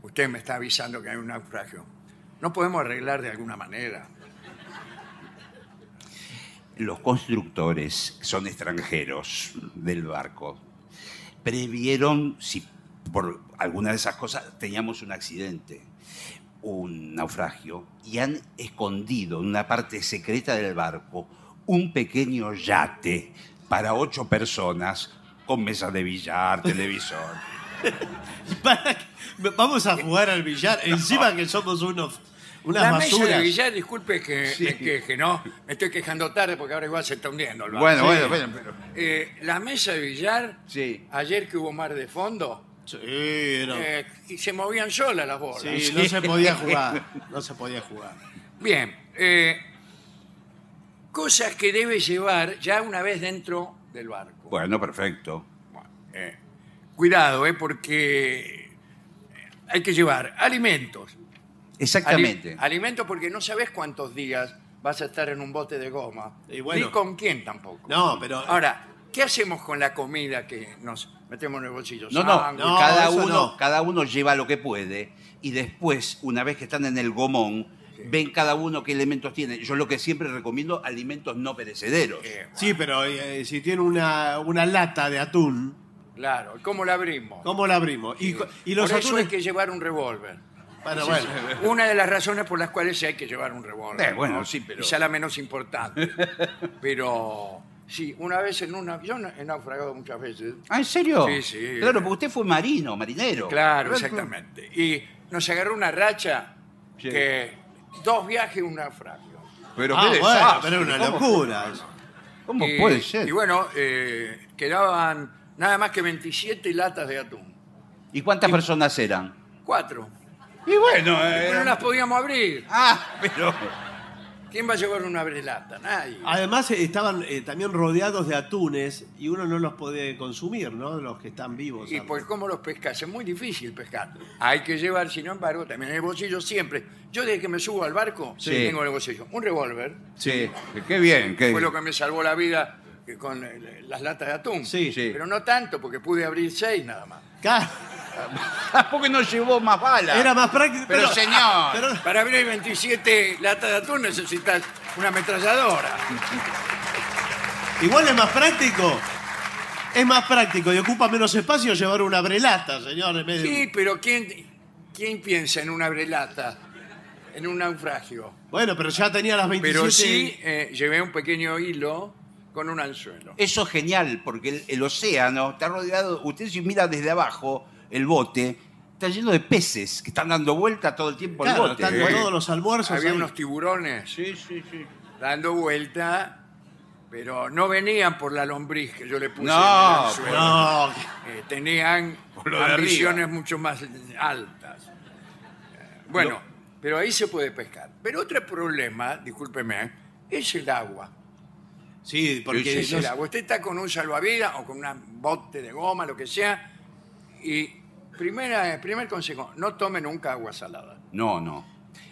[SPEAKER 2] Usted me está avisando que hay un naufragio. ¿No podemos arreglar de alguna manera?
[SPEAKER 5] los constructores, que son extranjeros del barco, previeron si por alguna de esas cosas teníamos un accidente, un naufragio, y han escondido en una parte secreta del barco un pequeño yate para ocho personas con mesas de billar, televisor.
[SPEAKER 4] Para que- Vamos a jugar al billar. Encima que somos unos, unas
[SPEAKER 2] la mesa
[SPEAKER 4] basuras.
[SPEAKER 2] de billar, disculpe que me queje, ¿no? Me estoy quejando tarde porque ahora igual se está hundiendo el barco.
[SPEAKER 5] Bueno,
[SPEAKER 2] Sí.
[SPEAKER 5] bueno, bueno, pero-
[SPEAKER 2] Eh, la mesa de billar,
[SPEAKER 5] Sí.
[SPEAKER 2] ayer que hubo mar de fondo,
[SPEAKER 4] Sí, no.
[SPEAKER 2] eh, y se movían solas las bolas.
[SPEAKER 4] Sí, no se podía jugar. No se podía jugar.
[SPEAKER 2] Bien, eh, cosas que debe llevar ya una vez dentro del barco.
[SPEAKER 5] Bueno, perfecto.
[SPEAKER 2] Eh, cuidado, eh, porque hay que llevar alimentos.
[SPEAKER 5] Exactamente.
[SPEAKER 2] Ali- alimentos porque no sabes cuántos días vas a estar en un bote de goma.
[SPEAKER 4] Y bueno.
[SPEAKER 2] ni con quién tampoco.
[SPEAKER 4] No, pero-
[SPEAKER 2] Ahora, ¿qué hacemos con la comida que nos metemos en el bolsillo?
[SPEAKER 5] No, no,
[SPEAKER 2] Sándwich.
[SPEAKER 4] no,
[SPEAKER 5] cada,
[SPEAKER 4] eso
[SPEAKER 5] uno,
[SPEAKER 4] no.
[SPEAKER 5] cada uno lleva lo que puede y después, una vez que están en el gomón, ven cada uno qué elementos tiene. Yo lo que siempre recomiendo, alimentos no perecederos.
[SPEAKER 2] Eh,
[SPEAKER 4] Sí, pero eh, si tiene una, una lata de atún,
[SPEAKER 2] claro, ¿cómo la abrimos?
[SPEAKER 4] ¿cómo la abrimos? Y, co- y los
[SPEAKER 2] por eso
[SPEAKER 4] atunes.
[SPEAKER 2] hay que llevar un revólver.
[SPEAKER 4] Bueno,
[SPEAKER 2] Sí,
[SPEAKER 4] bueno.
[SPEAKER 2] sí. Una de las razones por las cuales hay que llevar un revólver.
[SPEAKER 5] Eh, bueno,
[SPEAKER 2] ¿no?
[SPEAKER 5] sí, pero-
[SPEAKER 2] Quizá la menos importante. pero sí, una vez en un avión he naufragado muchas veces.
[SPEAKER 5] Ah, ¿en serio?
[SPEAKER 2] Sí, sí.
[SPEAKER 5] Claro, porque usted fue marino, marinero.
[SPEAKER 2] Claro, exactamente. Y nos agarró una racha
[SPEAKER 5] Sí.
[SPEAKER 2] que dos viajes, un naufragio.
[SPEAKER 5] Pero
[SPEAKER 4] Ah,
[SPEAKER 5] qué
[SPEAKER 4] bueno,
[SPEAKER 5] desastre,
[SPEAKER 4] pero es una
[SPEAKER 5] ¿cómo-
[SPEAKER 4] locura. eso.
[SPEAKER 5] ¿Cómo
[SPEAKER 2] Y-
[SPEAKER 5] puede ser?
[SPEAKER 2] Y bueno, eh, quedaban nada más que 27 latas de atún.
[SPEAKER 5] ¿Y cuántas personas eran?
[SPEAKER 2] Cuatro.
[SPEAKER 5] Y bueno, eh,
[SPEAKER 2] Pero no las podíamos abrir.
[SPEAKER 5] Ah, pero...
[SPEAKER 2] ¿Quién va a llevar una abrilata? Nadie.
[SPEAKER 4] Además, eh, estaban eh, también rodeados de atunes y uno no los puede consumir, ¿no? Los que están vivos.
[SPEAKER 2] Y
[SPEAKER 4] ahora.
[SPEAKER 2] pues cómo los pescas, es muy difícil pescar. Hay que llevar, sin embargo, también en el bolsillo siempre. Yo desde que me subo al barco,
[SPEAKER 5] Sí.
[SPEAKER 2] tengo en el bolsillo un revólver,
[SPEAKER 5] Sí, qué bien. qué-
[SPEAKER 2] fue lo que me salvó la vida eh, con eh, las latas de atún.
[SPEAKER 4] Sí,
[SPEAKER 5] sí.
[SPEAKER 2] Pero no tanto, porque pude abrir seis nada más.
[SPEAKER 4] Claro,
[SPEAKER 5] Porque no llevó más balas.
[SPEAKER 4] Era más práctico.
[SPEAKER 5] Pero, señor.
[SPEAKER 4] pero-
[SPEAKER 2] Para abrir 27 latas de atún necesitas una ametralladora.
[SPEAKER 4] igual es más práctico. Es más práctico y ocupa menos espacio llevar una brelata, señor. en vez de-
[SPEAKER 2] Sí, pero ¿quién, quién piensa en una brelata, en un naufragio?
[SPEAKER 4] Bueno, pero ya tenía las 27.
[SPEAKER 2] Pero sí eh, llevé un pequeño hilo con un anzuelo.
[SPEAKER 5] Eso es genial, porque el, el océano está rodeado, usted si mira desde abajo el bote, está lleno de peces que están dando vuelta todo el tiempo
[SPEAKER 4] Claro,
[SPEAKER 5] el bote.
[SPEAKER 6] ¿eh?
[SPEAKER 5] eh.
[SPEAKER 4] están
[SPEAKER 5] Bueno,
[SPEAKER 4] todos los almuerzos.
[SPEAKER 2] Había
[SPEAKER 4] ahí.
[SPEAKER 2] unos tiburones
[SPEAKER 5] Sí, sí, sí.
[SPEAKER 2] dando vuelta, pero no venían por la lombriz que yo le puse.
[SPEAKER 5] No,
[SPEAKER 2] en el anzuelo.
[SPEAKER 4] No,
[SPEAKER 2] Eh, tenían
[SPEAKER 5] Por lo de
[SPEAKER 2] ambiciones mucho más altas. Eh, Bueno, pero ahí se puede pescar. Pero otro problema, discúlpeme, ¿eh? es el agua.
[SPEAKER 4] sí, porque
[SPEAKER 5] Sí,
[SPEAKER 2] Es
[SPEAKER 5] sí,
[SPEAKER 4] no-
[SPEAKER 2] el agua. Usted está con un salvavidas o con un bote de goma, lo que sea, y primera, primer consejo, no tome nunca agua salada.
[SPEAKER 5] No, no.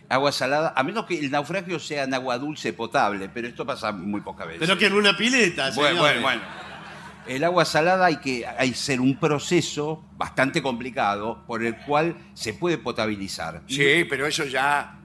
[SPEAKER 5] Agua salada, a menos que el naufragio sea en agua dulce potable, pero esto pasa muy pocas veces.
[SPEAKER 4] pero que en una pileta,
[SPEAKER 5] Bueno,
[SPEAKER 4] señores.
[SPEAKER 5] bueno, bueno. El agua salada hay que hay ser un proceso bastante complicado por el cual se puede potabilizar.
[SPEAKER 2] Sí, pero eso ya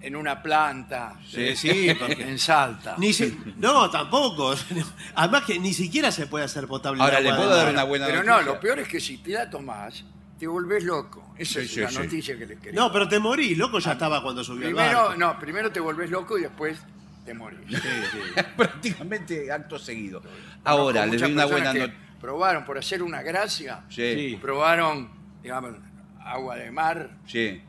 [SPEAKER 2] en una planta,
[SPEAKER 4] Sí, sí, porque-
[SPEAKER 2] en Salta.
[SPEAKER 4] Ni si- no, tampoco. Además que ni siquiera se puede hacer potable.
[SPEAKER 5] Ahora
[SPEAKER 4] el
[SPEAKER 5] le
[SPEAKER 4] agua
[SPEAKER 5] puedo
[SPEAKER 4] de
[SPEAKER 5] dar
[SPEAKER 4] mar.
[SPEAKER 5] una buena
[SPEAKER 2] Pero no,
[SPEAKER 5] noticia?
[SPEAKER 2] lo peor es que si te la tomás, te volvés loco. Esa
[SPEAKER 5] Sí,
[SPEAKER 2] es
[SPEAKER 5] sí,
[SPEAKER 2] la
[SPEAKER 5] sí.
[SPEAKER 2] noticia que les quería.
[SPEAKER 4] No, pero te morí, loco ya estaba cuando subió el
[SPEAKER 2] primero,
[SPEAKER 4] barco.
[SPEAKER 2] no, primero te volvés loco y después te morís.
[SPEAKER 5] prácticamente acto seguido. Ahora, les doy una buena
[SPEAKER 2] nota.
[SPEAKER 5] noticia.
[SPEAKER 2] Probaron, por hacer una gracia,
[SPEAKER 5] Sí,
[SPEAKER 2] probaron, digamos, agua de mar.
[SPEAKER 5] sí.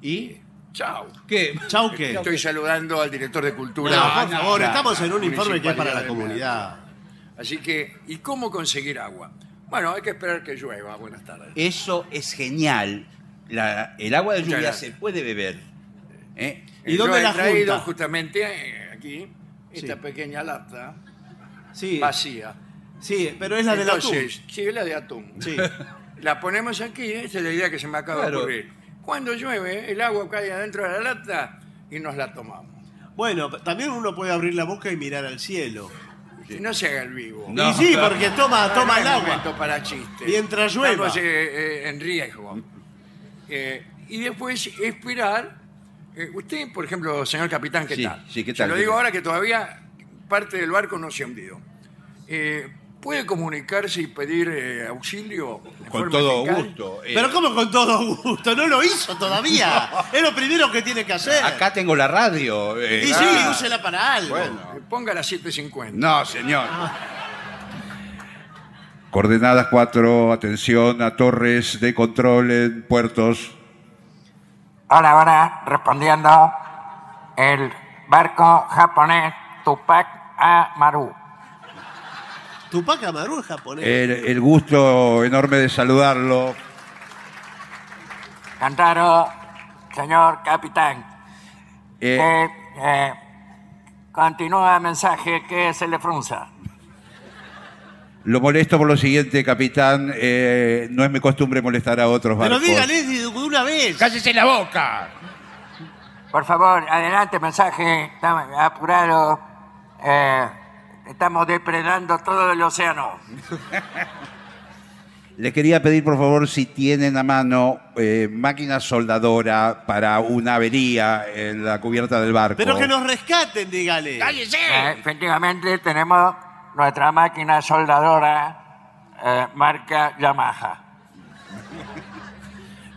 [SPEAKER 2] ¿Y? Chao.
[SPEAKER 5] ¿Qué?
[SPEAKER 4] Chau que.
[SPEAKER 2] Estoy saludando al director de cultura. Ah,
[SPEAKER 4] No, por
[SPEAKER 2] No,
[SPEAKER 4] favor,
[SPEAKER 2] no.
[SPEAKER 4] estamos en un informe que es para
[SPEAKER 2] Municipalidad
[SPEAKER 4] la
[SPEAKER 2] de
[SPEAKER 4] comunidad.
[SPEAKER 2] Merlo. Así que, ¿y cómo conseguir agua? Bueno, hay que esperar que llueva. Buenas tardes.
[SPEAKER 5] Eso es genial. La- el agua de
[SPEAKER 2] Muchas
[SPEAKER 5] lluvia
[SPEAKER 2] gracias.
[SPEAKER 5] se puede beber. ¿eh?
[SPEAKER 4] ¿Y
[SPEAKER 2] Eh,
[SPEAKER 4] dónde
[SPEAKER 2] yo
[SPEAKER 4] la
[SPEAKER 2] he traído
[SPEAKER 4] junta?
[SPEAKER 2] justamente eh, aquí esta
[SPEAKER 4] Sí.
[SPEAKER 2] pequeña lata
[SPEAKER 4] Sí,
[SPEAKER 2] vacía.
[SPEAKER 4] sí, pero es la de la
[SPEAKER 2] Entonces, sí, la de atún.
[SPEAKER 4] Sí.
[SPEAKER 2] La ponemos aquí, ¿eh? esa es la idea que se me acaba
[SPEAKER 5] Claro.
[SPEAKER 2] de ocurrir. Cuando llueve, el agua cae adentro de la lata y nos la tomamos.
[SPEAKER 4] Bueno, también uno puede abrir la boca y mirar al cielo.
[SPEAKER 2] No se haga el vivo.
[SPEAKER 5] No,
[SPEAKER 4] y sí,
[SPEAKER 5] claro.
[SPEAKER 4] porque toma,
[SPEAKER 2] No,
[SPEAKER 4] toma
[SPEAKER 2] no
[SPEAKER 4] el
[SPEAKER 2] es
[SPEAKER 4] agua.
[SPEAKER 2] momento para chistes.
[SPEAKER 4] Mientras llueva.
[SPEAKER 2] Estamos, eh, eh, en riesgo. Eh, y después esperar. Eh, usted, por ejemplo, señor capitán, ¿qué
[SPEAKER 5] Sí,
[SPEAKER 2] tal?
[SPEAKER 5] sí, ¿qué
[SPEAKER 2] Se
[SPEAKER 5] tal?
[SPEAKER 2] lo
[SPEAKER 5] ¿Qué
[SPEAKER 2] digo
[SPEAKER 5] tal?
[SPEAKER 2] ahora que todavía parte del barco no se hundió. Eh, ¿Puede comunicarse y pedir eh, auxilio? de
[SPEAKER 5] Con
[SPEAKER 2] forma
[SPEAKER 5] todo
[SPEAKER 2] eficaz?
[SPEAKER 5] gusto. eh,
[SPEAKER 4] Pero como con todo gusto, no lo hizo todavía. Es lo primero que tiene que hacer.
[SPEAKER 5] Acá tengo la radio. eh,
[SPEAKER 4] y sí,
[SPEAKER 5] ah,
[SPEAKER 4] úsela para algo.
[SPEAKER 5] Bueno.
[SPEAKER 2] Eh, Ponga las 750.
[SPEAKER 5] No, señor.
[SPEAKER 6] Coordenadas 4, atención a torres de control en puertos.
[SPEAKER 7] Hola, ahora respondiendo el barco japonés Tupac Amaru.
[SPEAKER 4] Tupac Amaru es japonés.
[SPEAKER 5] Eh,
[SPEAKER 6] El, el gusto enorme de saludarlo.
[SPEAKER 7] Cantaro, señor capitán.
[SPEAKER 6] Eh,
[SPEAKER 7] Eh, eh, continúa el mensaje que se le frunza.
[SPEAKER 6] lo molesto por lo siguiente, capitán. eh, no es mi costumbre molestar a otros
[SPEAKER 4] Pero
[SPEAKER 6] barcos.
[SPEAKER 4] dígale de una vez.
[SPEAKER 5] pues. ¡Cállese la boca!
[SPEAKER 7] Por favor, adelante, mensaje. Estamos apurados. Eh, estamos depredando todo el océano.
[SPEAKER 6] Le quería pedir, por favor, si tienen a mano eh, máquina soldadora para una avería en la cubierta del barco.
[SPEAKER 4] Pero que nos rescaten, dígale.
[SPEAKER 7] Eh, efectivamente, tenemos nuestra máquina soldadora eh, marca Yamaha.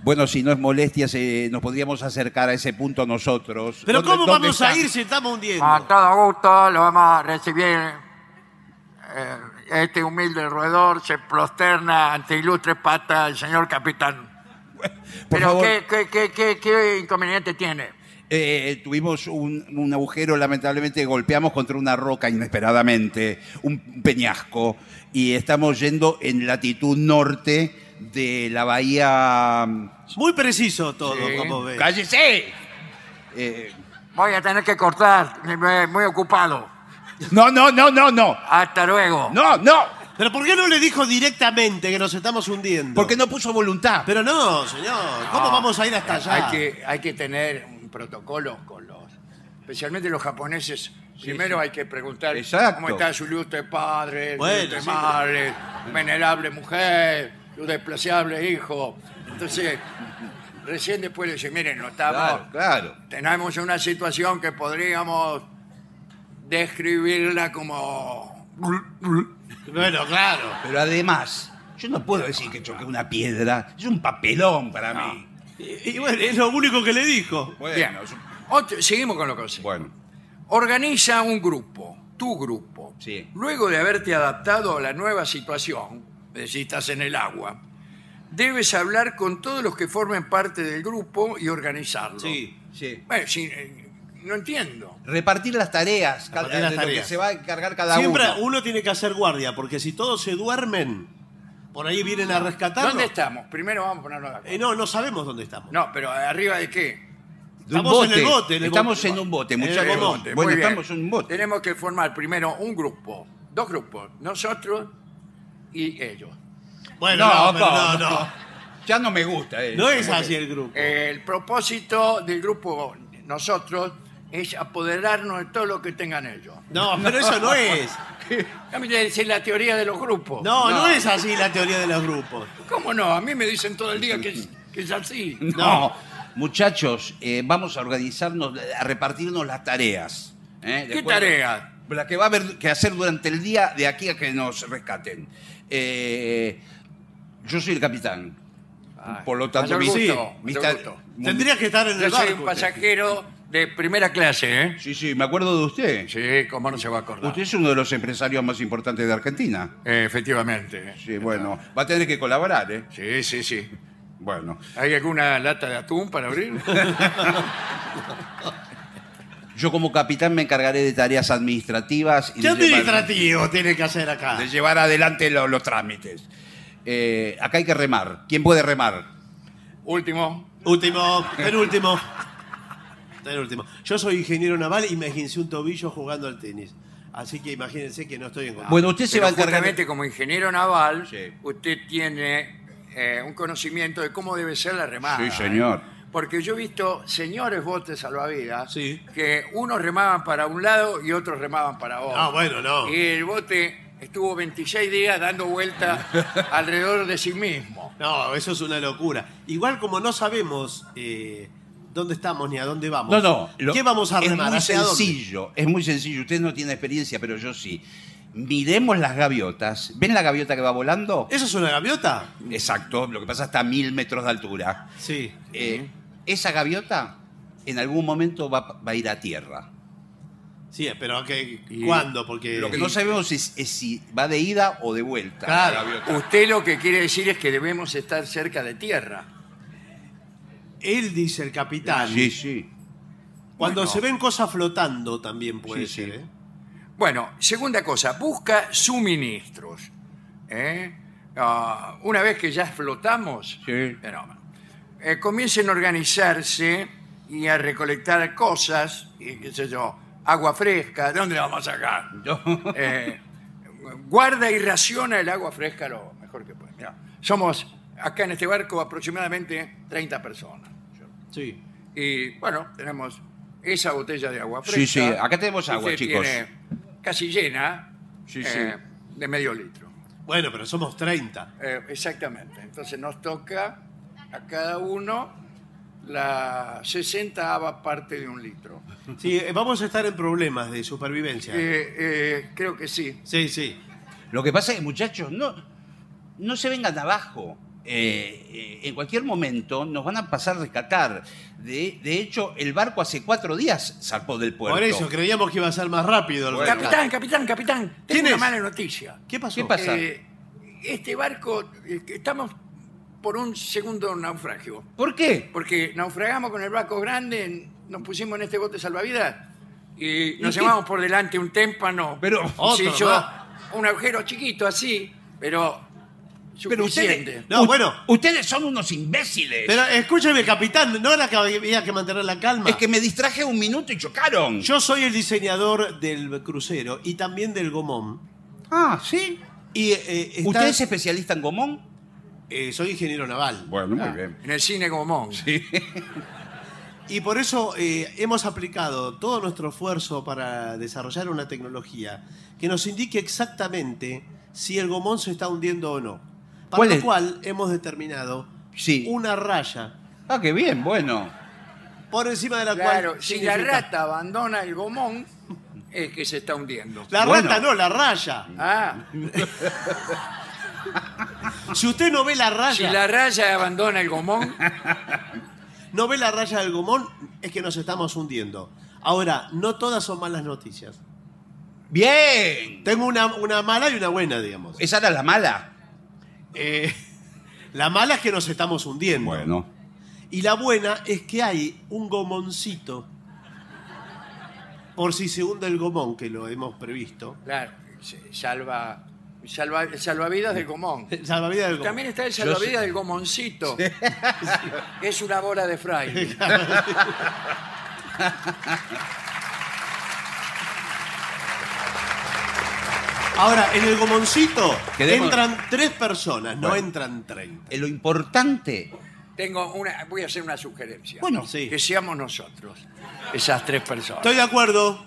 [SPEAKER 6] Bueno, si no es molestia, se- nos podríamos acercar a ese punto nosotros.
[SPEAKER 4] Pero
[SPEAKER 6] ¿Dónde-
[SPEAKER 4] ¿cómo
[SPEAKER 6] dónde
[SPEAKER 4] vamos a
[SPEAKER 6] están?
[SPEAKER 4] ir si estamos hundiendo?
[SPEAKER 7] Con todo gusto lo vamos a recibir. Eh, este humilde roedor se prosterna ante ilustres patas del señor capitán.
[SPEAKER 6] Por
[SPEAKER 7] Pero
[SPEAKER 6] favor,
[SPEAKER 7] ¿qué, qué- qué- qué- qué inconveniente tiene?
[SPEAKER 6] eh, tuvimos un, un agujero, lamentablemente golpeamos contra una roca inesperadamente, un, un peñasco, y estamos yendo en latitud norte de la bahía.
[SPEAKER 4] Muy preciso todo,
[SPEAKER 2] Sí.
[SPEAKER 4] como ves.
[SPEAKER 5] mm, ¡Cállese!
[SPEAKER 6] eh,
[SPEAKER 7] Voy a tener que cortar, me- muy ocupado.
[SPEAKER 5] No, no, no, no, no.
[SPEAKER 7] Hasta luego.
[SPEAKER 5] No, no.
[SPEAKER 4] Pero ¿por qué no le dijo directamente que nos estamos hundiendo?
[SPEAKER 5] Porque no puso voluntad.
[SPEAKER 4] Pero no, señor. ¿Cómo vamos a ir hasta allá?
[SPEAKER 2] Eh, Hay que, hay que tener un protocolo con los. Especialmente los japoneses. Primero hay que preguntar
[SPEAKER 6] Exacto.
[SPEAKER 2] cómo está su ilustre padre, su
[SPEAKER 4] Bueno,
[SPEAKER 2] ilustre
[SPEAKER 4] sí, pero-
[SPEAKER 2] madre, venerable mujer, su despreciable hijo. Entonces, recién después le dice, miren, no estamos,
[SPEAKER 5] Claro, claro.
[SPEAKER 2] tenemos una situación que podríamos describirla como...
[SPEAKER 4] Bueno, claro.
[SPEAKER 5] Pero además, yo no puedo decir que choqué una piedra. Es un papelón para mí.
[SPEAKER 4] Y, y bueno, es lo único que le dijo.
[SPEAKER 2] Bien.
[SPEAKER 5] es un-
[SPEAKER 2] Otro- seguimos con lo que sigue.
[SPEAKER 5] bueno.
[SPEAKER 2] Organiza un grupo, tu grupo.
[SPEAKER 5] Sí.
[SPEAKER 2] Luego de haberte adaptado a la nueva situación, es decir, estás en el agua, debes hablar con todos los que formen parte del grupo y organizarlo.
[SPEAKER 5] Sí, sí.
[SPEAKER 2] Bueno, sí, eh, no entiendo.
[SPEAKER 5] Repartir las tareas, cada,
[SPEAKER 4] Repartir las
[SPEAKER 5] de lo
[SPEAKER 4] tareas.
[SPEAKER 5] que se va a encargar cada
[SPEAKER 4] Siempre
[SPEAKER 5] uno.
[SPEAKER 4] uno tiene que hacer guardia, porque si todos se duermen, por ahí vienen a rescatarnos.
[SPEAKER 2] ¿Dónde estamos? Primero vamos a ponernos de acuerdo.
[SPEAKER 4] Eh, no, no sabemos dónde estamos.
[SPEAKER 2] No, pero ¿arriba de qué?
[SPEAKER 5] De un
[SPEAKER 4] Estamos en el bote, en el
[SPEAKER 5] estamos
[SPEAKER 4] bote.
[SPEAKER 5] en un bote,
[SPEAKER 4] En el
[SPEAKER 5] muchachos.
[SPEAKER 4] bote,
[SPEAKER 5] Bueno,
[SPEAKER 2] Muy bien.
[SPEAKER 5] estamos en un bote.
[SPEAKER 2] Tenemos que formar primero un grupo, dos grupos, nosotros y ellos.
[SPEAKER 4] Bueno,
[SPEAKER 5] No,
[SPEAKER 4] no, pero
[SPEAKER 5] ¿cómo?
[SPEAKER 4] no, no.
[SPEAKER 5] Ya no me gusta. eh.
[SPEAKER 4] No es así el grupo.
[SPEAKER 2] El propósito del grupo nosotros es apoderarnos de todo lo que tengan ellos.
[SPEAKER 4] No, pero eso no es.
[SPEAKER 2] A mí me dicen la teoría de los grupos.
[SPEAKER 4] No, no es así la teoría de los grupos.
[SPEAKER 2] ¿Cómo no? A mí me dicen todo el día que es, que es así.
[SPEAKER 5] No. Muchachos, eh, vamos a organizarnos, a repartirnos las tareas. ¿eh?
[SPEAKER 2] ¿Qué
[SPEAKER 5] Después-
[SPEAKER 2] tarea?
[SPEAKER 5] La que va a haber que hacer durante el día de aquí a que nos rescaten. Eh, yo soy el capitán. Por lo
[SPEAKER 2] mayor
[SPEAKER 5] tanto, mi-
[SPEAKER 2] gusto,
[SPEAKER 5] sí,
[SPEAKER 2] mayor
[SPEAKER 5] mi ta-
[SPEAKER 2] gusto.
[SPEAKER 4] Tendrías que estar en
[SPEAKER 2] Yo
[SPEAKER 4] el
[SPEAKER 2] soy un
[SPEAKER 4] barco.
[SPEAKER 2] pasajero de primera clase, ¿eh?
[SPEAKER 5] Sí, sí, me acuerdo de usted.
[SPEAKER 2] Sí, cómo no se va a acordar.
[SPEAKER 5] Usted es uno de los empresarios más importantes de Argentina.
[SPEAKER 2] Eh, efectivamente.
[SPEAKER 5] Sí, bueno, va a tener que colaborar, ¿eh?
[SPEAKER 2] Sí, sí, sí.
[SPEAKER 5] Bueno,
[SPEAKER 2] ¿Hay alguna lata de atún para abrir?
[SPEAKER 5] yo como capitán me encargaré de tareas administrativas y
[SPEAKER 4] ¿Qué
[SPEAKER 5] de llevar-
[SPEAKER 4] administrativo tiene que hacer acá?
[SPEAKER 5] de llevar adelante lo- los trámites. Eh, acá hay que remar. ¿Quién puede remar?
[SPEAKER 2] Último.
[SPEAKER 4] Último, penúltimo. Penúltimo. Yo soy ingeniero naval y me esguincé un tobillo jugando al tenis. Así que imagínense que no estoy en contra.
[SPEAKER 5] Bueno, usted se
[SPEAKER 2] Pero
[SPEAKER 5] va a encargar.
[SPEAKER 2] justamente como ingeniero naval,
[SPEAKER 5] Sí.
[SPEAKER 2] usted tiene eh, un conocimiento de cómo debe ser la remada.
[SPEAKER 4] Ah.
[SPEAKER 5] Sí, señor.
[SPEAKER 2] ¿eh? Porque yo he visto señores botes salvavidas
[SPEAKER 4] Sí.
[SPEAKER 2] que unos remaban para un lado y otros remaban para otro.
[SPEAKER 4] Ah, bueno, no.
[SPEAKER 2] Y el bote estuvo 26 días dando vuelta alrededor de sí mismo.
[SPEAKER 4] No, eso es una locura. Igual como no sabemos eh, dónde estamos ni a dónde vamos.
[SPEAKER 6] No, no. lo-
[SPEAKER 4] ¿Qué vamos a remar?
[SPEAKER 6] Es muy
[SPEAKER 4] ¿Hacia dónde?
[SPEAKER 6] sencillo, es muy sencillo. Usted no tiene experiencia, pero yo sí. Miremos las gaviotas. ¿Ven la gaviota que va volando?
[SPEAKER 4] ¿Eso es una gaviota?
[SPEAKER 6] Exacto, lo que pasa hasta mil metros de altura.
[SPEAKER 4] Sí.
[SPEAKER 6] Eh, esa gaviota en algún momento va, va a ir a tierra.
[SPEAKER 4] Sí, pero ¿qué-
[SPEAKER 2] Y-
[SPEAKER 4] ¿cuándo? Porque.
[SPEAKER 6] Lo que no sabemos es, es si va de ida o de vuelta.
[SPEAKER 4] Claro.
[SPEAKER 6] la gaviota.
[SPEAKER 2] Usted lo que quiere decir es que debemos estar cerca de tierra.
[SPEAKER 4] Él dice el capitán.
[SPEAKER 6] Sí, sí.
[SPEAKER 4] Cuando
[SPEAKER 2] Bueno.
[SPEAKER 4] se ven cosas flotando también puede
[SPEAKER 6] Sí,
[SPEAKER 4] ser,
[SPEAKER 6] sí.
[SPEAKER 4] ¿eh?
[SPEAKER 2] Bueno, segunda cosa, busca suministros. ¿eh? Ah, una vez que ya flotamos,
[SPEAKER 6] Sí.
[SPEAKER 2] bueno, eh, comiencen a organizarse y a recolectar cosas, y qué sé yo, agua fresca, ¿de dónde la vamos a sacar?
[SPEAKER 6] Yo-
[SPEAKER 2] Eh, guarda y raciona el agua fresca lo mejor que pueda. Mirá, somos acá en este barco aproximadamente 30 personas.
[SPEAKER 4] Sí.
[SPEAKER 2] Y bueno, tenemos esa botella de agua fresca.
[SPEAKER 6] Sí, sí, acá tenemos agua,
[SPEAKER 2] Usted
[SPEAKER 6] chicos.
[SPEAKER 2] tiene casi llena
[SPEAKER 6] Sí,
[SPEAKER 2] eh, de medio litro.
[SPEAKER 4] Bueno, pero somos 30.
[SPEAKER 2] Eh, exactamente. Entonces nos toca a cada uno la 60 ava parte de un litro.
[SPEAKER 4] Sí, eh, vamos a estar en problemas de supervivencia.
[SPEAKER 2] Eh, eh, creo que sí.
[SPEAKER 4] Sí, sí.
[SPEAKER 6] Lo que pasa es que, muchachos, no, no se vengan abajo. Eh, eh, en cualquier momento nos van a pasar a rescatar. De, de hecho, el barco hace cuatro días zarpó del puerto.
[SPEAKER 4] Por eso creíamos que iba a ser más rápido el rescate.
[SPEAKER 2] Capitán, capitán, capitán, tengo
[SPEAKER 4] ¿Quién
[SPEAKER 2] una
[SPEAKER 4] es?
[SPEAKER 2] mala noticia.
[SPEAKER 4] ¿Qué pasó?
[SPEAKER 6] ¿Qué pasa?
[SPEAKER 2] Eh, este barco, eh, estamos por un segundo naufragio.
[SPEAKER 6] ¿Por qué?
[SPEAKER 2] Porque naufragamos con el barco grande, en- nos pusimos en este bote salvavidas y nos
[SPEAKER 6] qué?
[SPEAKER 2] llevamos por delante un témpano.
[SPEAKER 6] Pero-
[SPEAKER 2] Sí,
[SPEAKER 4] Otro,
[SPEAKER 2] yo-
[SPEAKER 4] ¿no?
[SPEAKER 2] un agujero chiquito así, pero
[SPEAKER 6] Pero
[SPEAKER 2] suficiente.
[SPEAKER 4] No, bueno.
[SPEAKER 6] Ustedes son unos imbéciles.
[SPEAKER 4] Pero escúcheme, capitán, ¿no era que había que mantener la calma?
[SPEAKER 6] es que me distraje un minuto y chocaron.
[SPEAKER 4] Yo soy el diseñador del crucero y también del gomón.
[SPEAKER 6] Ah, sí.
[SPEAKER 4] Y, eh, está-
[SPEAKER 6] ¿Usted es especialista en gomón?
[SPEAKER 4] Eh, soy ingeniero naval.
[SPEAKER 6] Bueno, muy bien.
[SPEAKER 2] En el cine Gomón.
[SPEAKER 4] Y por eso eh, hemos aplicado todo nuestro esfuerzo para desarrollar una tecnología que nos indique exactamente si el gomón se está hundiendo o no. Para
[SPEAKER 6] ¿Cuál
[SPEAKER 4] lo
[SPEAKER 6] es?
[SPEAKER 4] cual hemos determinado
[SPEAKER 6] Sí.
[SPEAKER 5] Uh,
[SPEAKER 4] una raya
[SPEAKER 6] Ah, qué bien, bueno.
[SPEAKER 4] por encima de la
[SPEAKER 2] Claro,
[SPEAKER 4] cual.
[SPEAKER 2] si la
[SPEAKER 4] significa-
[SPEAKER 2] rata abandona el Gomón, es que se está hundiendo.
[SPEAKER 4] La
[SPEAKER 6] Bueno.
[SPEAKER 4] rata no, la raya.
[SPEAKER 2] Ah,
[SPEAKER 4] Si usted no ve la raya,
[SPEAKER 2] si la raya abandona el Gomón,
[SPEAKER 4] no ve la raya del gomón, es que nos estamos hundiendo. Ahora, no todas son malas noticias.
[SPEAKER 6] Bien.
[SPEAKER 4] Tengo una, una mala y una buena, digamos.
[SPEAKER 6] Esa era la mala.
[SPEAKER 4] Eh, la mala es que nos estamos hundiendo. Y la buena es que hay un gomoncito. Por si se hunde el gomón, que lo hemos previsto.
[SPEAKER 2] claro, se- salva, salva, salvavidas del Gomón.
[SPEAKER 4] Eh, Salvavidas del gomón.
[SPEAKER 2] También está el salvavidas del Gomoncito. que Es una bola de fraile.
[SPEAKER 4] Ahora, en el gomoncito
[SPEAKER 6] Quedemos-
[SPEAKER 4] entran tres personas, no
[SPEAKER 6] Bueno.
[SPEAKER 4] entran 30.
[SPEAKER 6] Eh, Lo importante.
[SPEAKER 2] Tengo una, voy a hacer una sugerencia.
[SPEAKER 4] Bueno, sí.
[SPEAKER 2] Que seamos nosotros, esas tres personas.
[SPEAKER 4] Estoy de acuerdo.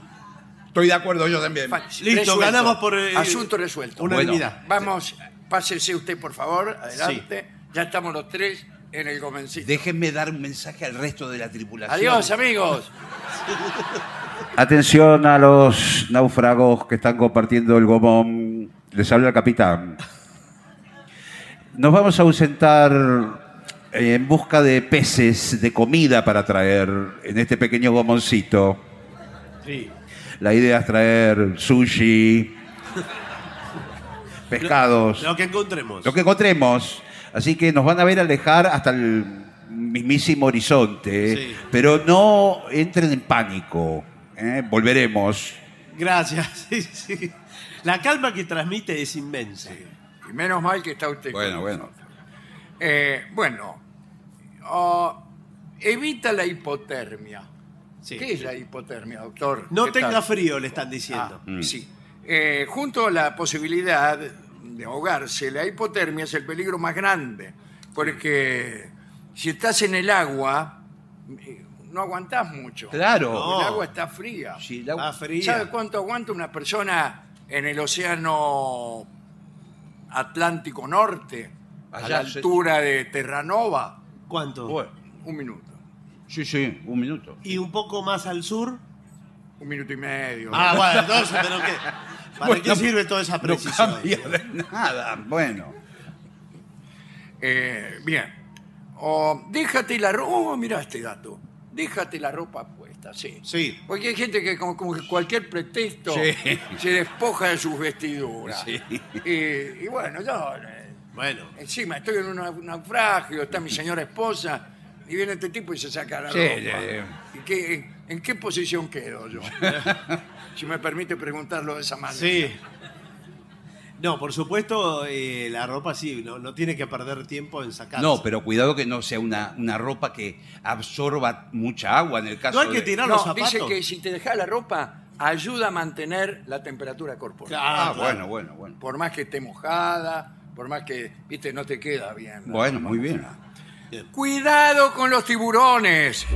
[SPEAKER 6] Estoy de acuerdo, yo también.
[SPEAKER 2] Fa-
[SPEAKER 4] Listo, ganamos por, eh,
[SPEAKER 2] Asunto resuelto.
[SPEAKER 6] Bueno.
[SPEAKER 4] Unanimidad.
[SPEAKER 2] Vamos, pásese usted, por favor, adelante. Ya estamos los tres en el Gomoncito.
[SPEAKER 6] Déjenme dar un mensaje al resto de la tripulación.
[SPEAKER 2] Adiós, amigos.
[SPEAKER 5] Atención a los náufragos que están compartiendo el gomón. Les habla el capitán. Nos vamos a ausentar eh, en busca de peces, de comida para traer en este pequeño gomoncito. La idea es traer sushi, pescados,
[SPEAKER 4] Lo que encontremos.
[SPEAKER 5] lo que encontremos. Así que nos van a ver alejar hasta el mismísimo horizonte. ¿eh?
[SPEAKER 4] Sí.
[SPEAKER 5] Pero no entren en pánico. ¿eh? Volveremos.
[SPEAKER 4] Gracias. Sí, sí. La calma que transmite es inmensa.
[SPEAKER 2] Y menos mal que está usted. con
[SPEAKER 6] Bueno, bueno.
[SPEAKER 2] Eh, bueno, oh, evita la hipotermia.
[SPEAKER 4] Sí.
[SPEAKER 2] ¿Qué es la hipotermia, doctor?
[SPEAKER 4] No
[SPEAKER 2] ¿Qué
[SPEAKER 4] tenga
[SPEAKER 2] tal?
[SPEAKER 4] frío, le están diciendo.
[SPEAKER 2] Ah, Sí. Eh, junto a la posibilidad de ahogarse, la hipotermia es el peligro más grande, porque si estás en el agua, eh, no aguantás mucho.
[SPEAKER 6] Claro.
[SPEAKER 4] No.
[SPEAKER 2] El agua está fría.
[SPEAKER 6] Sí, la-
[SPEAKER 4] Ah, fría.
[SPEAKER 2] ¿Sabe cuánto aguanta una persona en el océano Atlántico Norte? a
[SPEAKER 6] Allá
[SPEAKER 2] la
[SPEAKER 6] se-
[SPEAKER 2] altura de Terranova.
[SPEAKER 4] ¿Cuánto?
[SPEAKER 6] Bueno,
[SPEAKER 2] Un minuto.
[SPEAKER 5] Sí, sí, un minuto.
[SPEAKER 4] Y un poco más al sur.
[SPEAKER 2] Un minuto y medio.
[SPEAKER 4] Ah, bueno, entonces, pero ¿qué? ¿Para qué sirve toda esa
[SPEAKER 5] No
[SPEAKER 4] precisión?
[SPEAKER 5] cambia de nada. Bueno.
[SPEAKER 2] Eh, bien. O déjate la ropa. Oh, mirá este dato. Déjate la ropa puesta, sí.
[SPEAKER 4] Sí.
[SPEAKER 2] Porque hay gente que como, como que cualquier pretexto
[SPEAKER 5] Sí.
[SPEAKER 2] se despoja de sus vestiduras. Y, y bueno, yo eh,
[SPEAKER 4] Bueno,
[SPEAKER 2] encima estoy en un nau- naufragio, está mi señora esposa, y viene este tipo y se saca la
[SPEAKER 5] Sí,
[SPEAKER 2] ropa.
[SPEAKER 5] sí,
[SPEAKER 2] ¿Y qué- ¿En qué posición quedo yo? si me permite preguntarlo de esa manera.
[SPEAKER 4] sí. No, por supuesto, eh, la ropa sí, no, no tiene que perder tiempo en sacarse.
[SPEAKER 5] No, pero cuidado que no sea una, una ropa que absorba mucha agua en el caso
[SPEAKER 4] No hay que
[SPEAKER 5] de-
[SPEAKER 4] tirar los
[SPEAKER 2] No,
[SPEAKER 4] zapatos.
[SPEAKER 2] dice que si te dejas la ropa, ayuda a mantener la temperatura corporal.
[SPEAKER 5] Ah,
[SPEAKER 4] Ah,
[SPEAKER 5] bueno, bueno, bueno.
[SPEAKER 2] Por más que esté mojada, por más que, viste, no te queda bien. ¿no?
[SPEAKER 5] Bueno, muy bien.
[SPEAKER 2] Cuidado con los tiburones.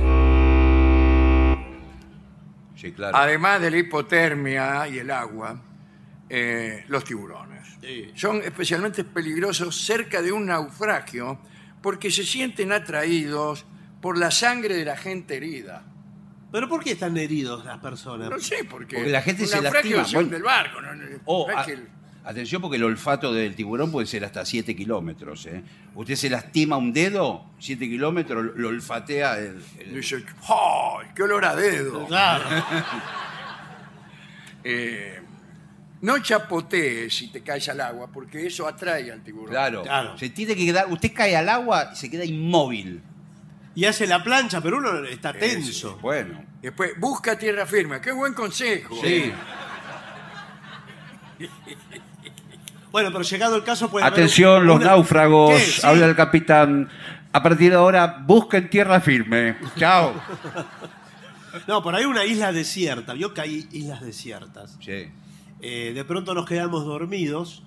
[SPEAKER 5] Sí, claro.
[SPEAKER 2] Además de la hipotermia y el agua, eh, los tiburones.
[SPEAKER 4] Sí.
[SPEAKER 2] Son especialmente peligrosos cerca de un naufragio porque se sienten atraídos por la sangre de la gente herida.
[SPEAKER 4] ¿Pero por qué están heridos las personas?
[SPEAKER 2] No sé, porque,
[SPEAKER 5] Porque la gente
[SPEAKER 2] un
[SPEAKER 5] se
[SPEAKER 2] naufragio
[SPEAKER 5] lastima,
[SPEAKER 2] es
[SPEAKER 5] bueno.
[SPEAKER 2] del barco. No, no-
[SPEAKER 5] O,
[SPEAKER 4] Oh,
[SPEAKER 2] no es
[SPEAKER 4] ah.
[SPEAKER 5] a-
[SPEAKER 2] que el-
[SPEAKER 5] atención porque el olfato del tiburón puede ser hasta 7 kilómetros. ¿eh? Usted se lastima un dedo, 7 kilómetros, lo- lo olfatea el, el-
[SPEAKER 2] Dice, ¡ay, qué olor a dedo!
[SPEAKER 4] Claro.
[SPEAKER 2] Eh, no chapotees si te caes al agua, porque eso atrae al tiburón.
[SPEAKER 5] Claro.
[SPEAKER 4] Claro.
[SPEAKER 5] Se tiene que quedar, usted cae al agua y se queda inmóvil.
[SPEAKER 4] Y hace la plancha, pero uno está tenso.
[SPEAKER 5] Bueno.
[SPEAKER 2] Después, busca tierra firme. ¡Qué buen consejo!
[SPEAKER 5] Sí.
[SPEAKER 4] Bueno, pero llegado el caso puede haber
[SPEAKER 6] Atención,
[SPEAKER 4] un-
[SPEAKER 6] los
[SPEAKER 4] una-
[SPEAKER 6] náufragos,
[SPEAKER 4] ¿Qué? Sí.
[SPEAKER 6] habla el capitán. A partir de ahora, busquen tierra firme. Chao.
[SPEAKER 4] No, por ahí una isla desierta. Yo caí islas desiertas.
[SPEAKER 5] Sí.
[SPEAKER 4] Eh, de pronto nos quedamos dormidos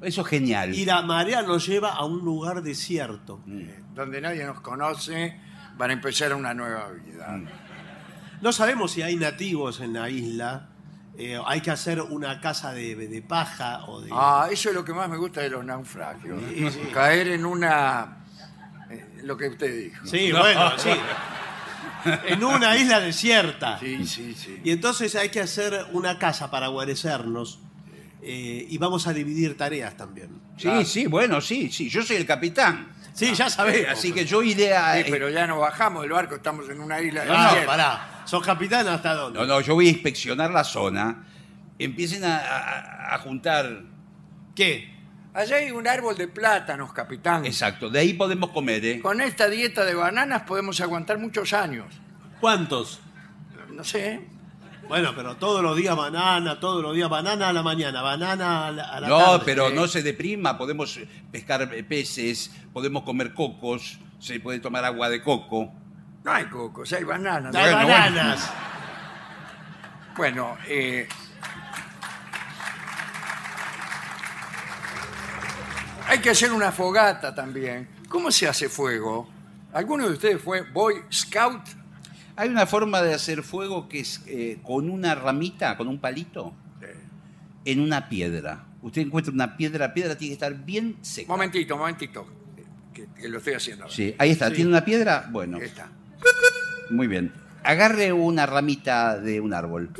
[SPEAKER 5] Eso es genial.
[SPEAKER 4] y la marea nos lleva a un lugar desierto.
[SPEAKER 2] Eh, Donde nadie nos conoce para empezar una nueva vida.
[SPEAKER 4] No sabemos si hay nativos en la isla. Eh, hay que hacer una casa de, de paja o de...
[SPEAKER 2] Ah, eso es lo que más me gusta de los naufragios.
[SPEAKER 4] Sí, sí.
[SPEAKER 2] Caer en una... eh, lo que usted dijo.
[SPEAKER 4] Sí, bueno, sí. En una isla desierta.
[SPEAKER 2] Sí, sí, sí.
[SPEAKER 4] Y entonces hay que hacer una casa para guarecernos. eh, y vamos a dividir tareas también.
[SPEAKER 5] Sí,
[SPEAKER 6] Ah.
[SPEAKER 5] sí, bueno, sí, sí. Yo soy el capitán.
[SPEAKER 4] Sí, ya sabés.
[SPEAKER 5] Así que yo iré a.
[SPEAKER 2] Sí, pero ya no bajamos del barco, estamos en una isla.
[SPEAKER 4] No, no,
[SPEAKER 2] desierta.
[SPEAKER 4] pará. ¿Sos capitán hasta dónde?
[SPEAKER 5] Ah, No, no, yo voy a inspeccionar la zona. Empiecen a, a- a juntar.
[SPEAKER 4] ¿Qué?
[SPEAKER 2] Allá hay un árbol de plátanos, capitán.
[SPEAKER 5] Exacto, de ahí podemos comer, ¿eh?
[SPEAKER 2] Con esta dieta de bananas podemos aguantar muchos años.
[SPEAKER 4] ¿Cuántos?
[SPEAKER 2] No sé, ¿eh?
[SPEAKER 4] Bueno, pero todos los días banana, todos los días banana a la mañana, banana a la, a la tarde.
[SPEAKER 5] No, pero no se deprima, podemos eh, pescar peces, podemos comer cocos, se puede tomar agua de coco.
[SPEAKER 2] No hay cocos, hay bananas.
[SPEAKER 4] Las
[SPEAKER 5] Bueno,
[SPEAKER 4] bananas.
[SPEAKER 2] Bueno, eh, hay que hacer una fogata también. ¿Cómo se hace fuego? ¿Alguno de ustedes fue Boy Scout?
[SPEAKER 5] Hay una forma de hacer fuego que es eh, con una ramita, con un palito, en una piedra. Usted encuentra una piedra, la piedra tiene que estar bien seca.
[SPEAKER 2] Momentito, momentito, que, que lo estoy haciendo. ahora.
[SPEAKER 5] Sí, ahí está, tiene una piedra, bueno,
[SPEAKER 2] Ahí está.
[SPEAKER 5] muy bien. Agarre una ramita de un árbol.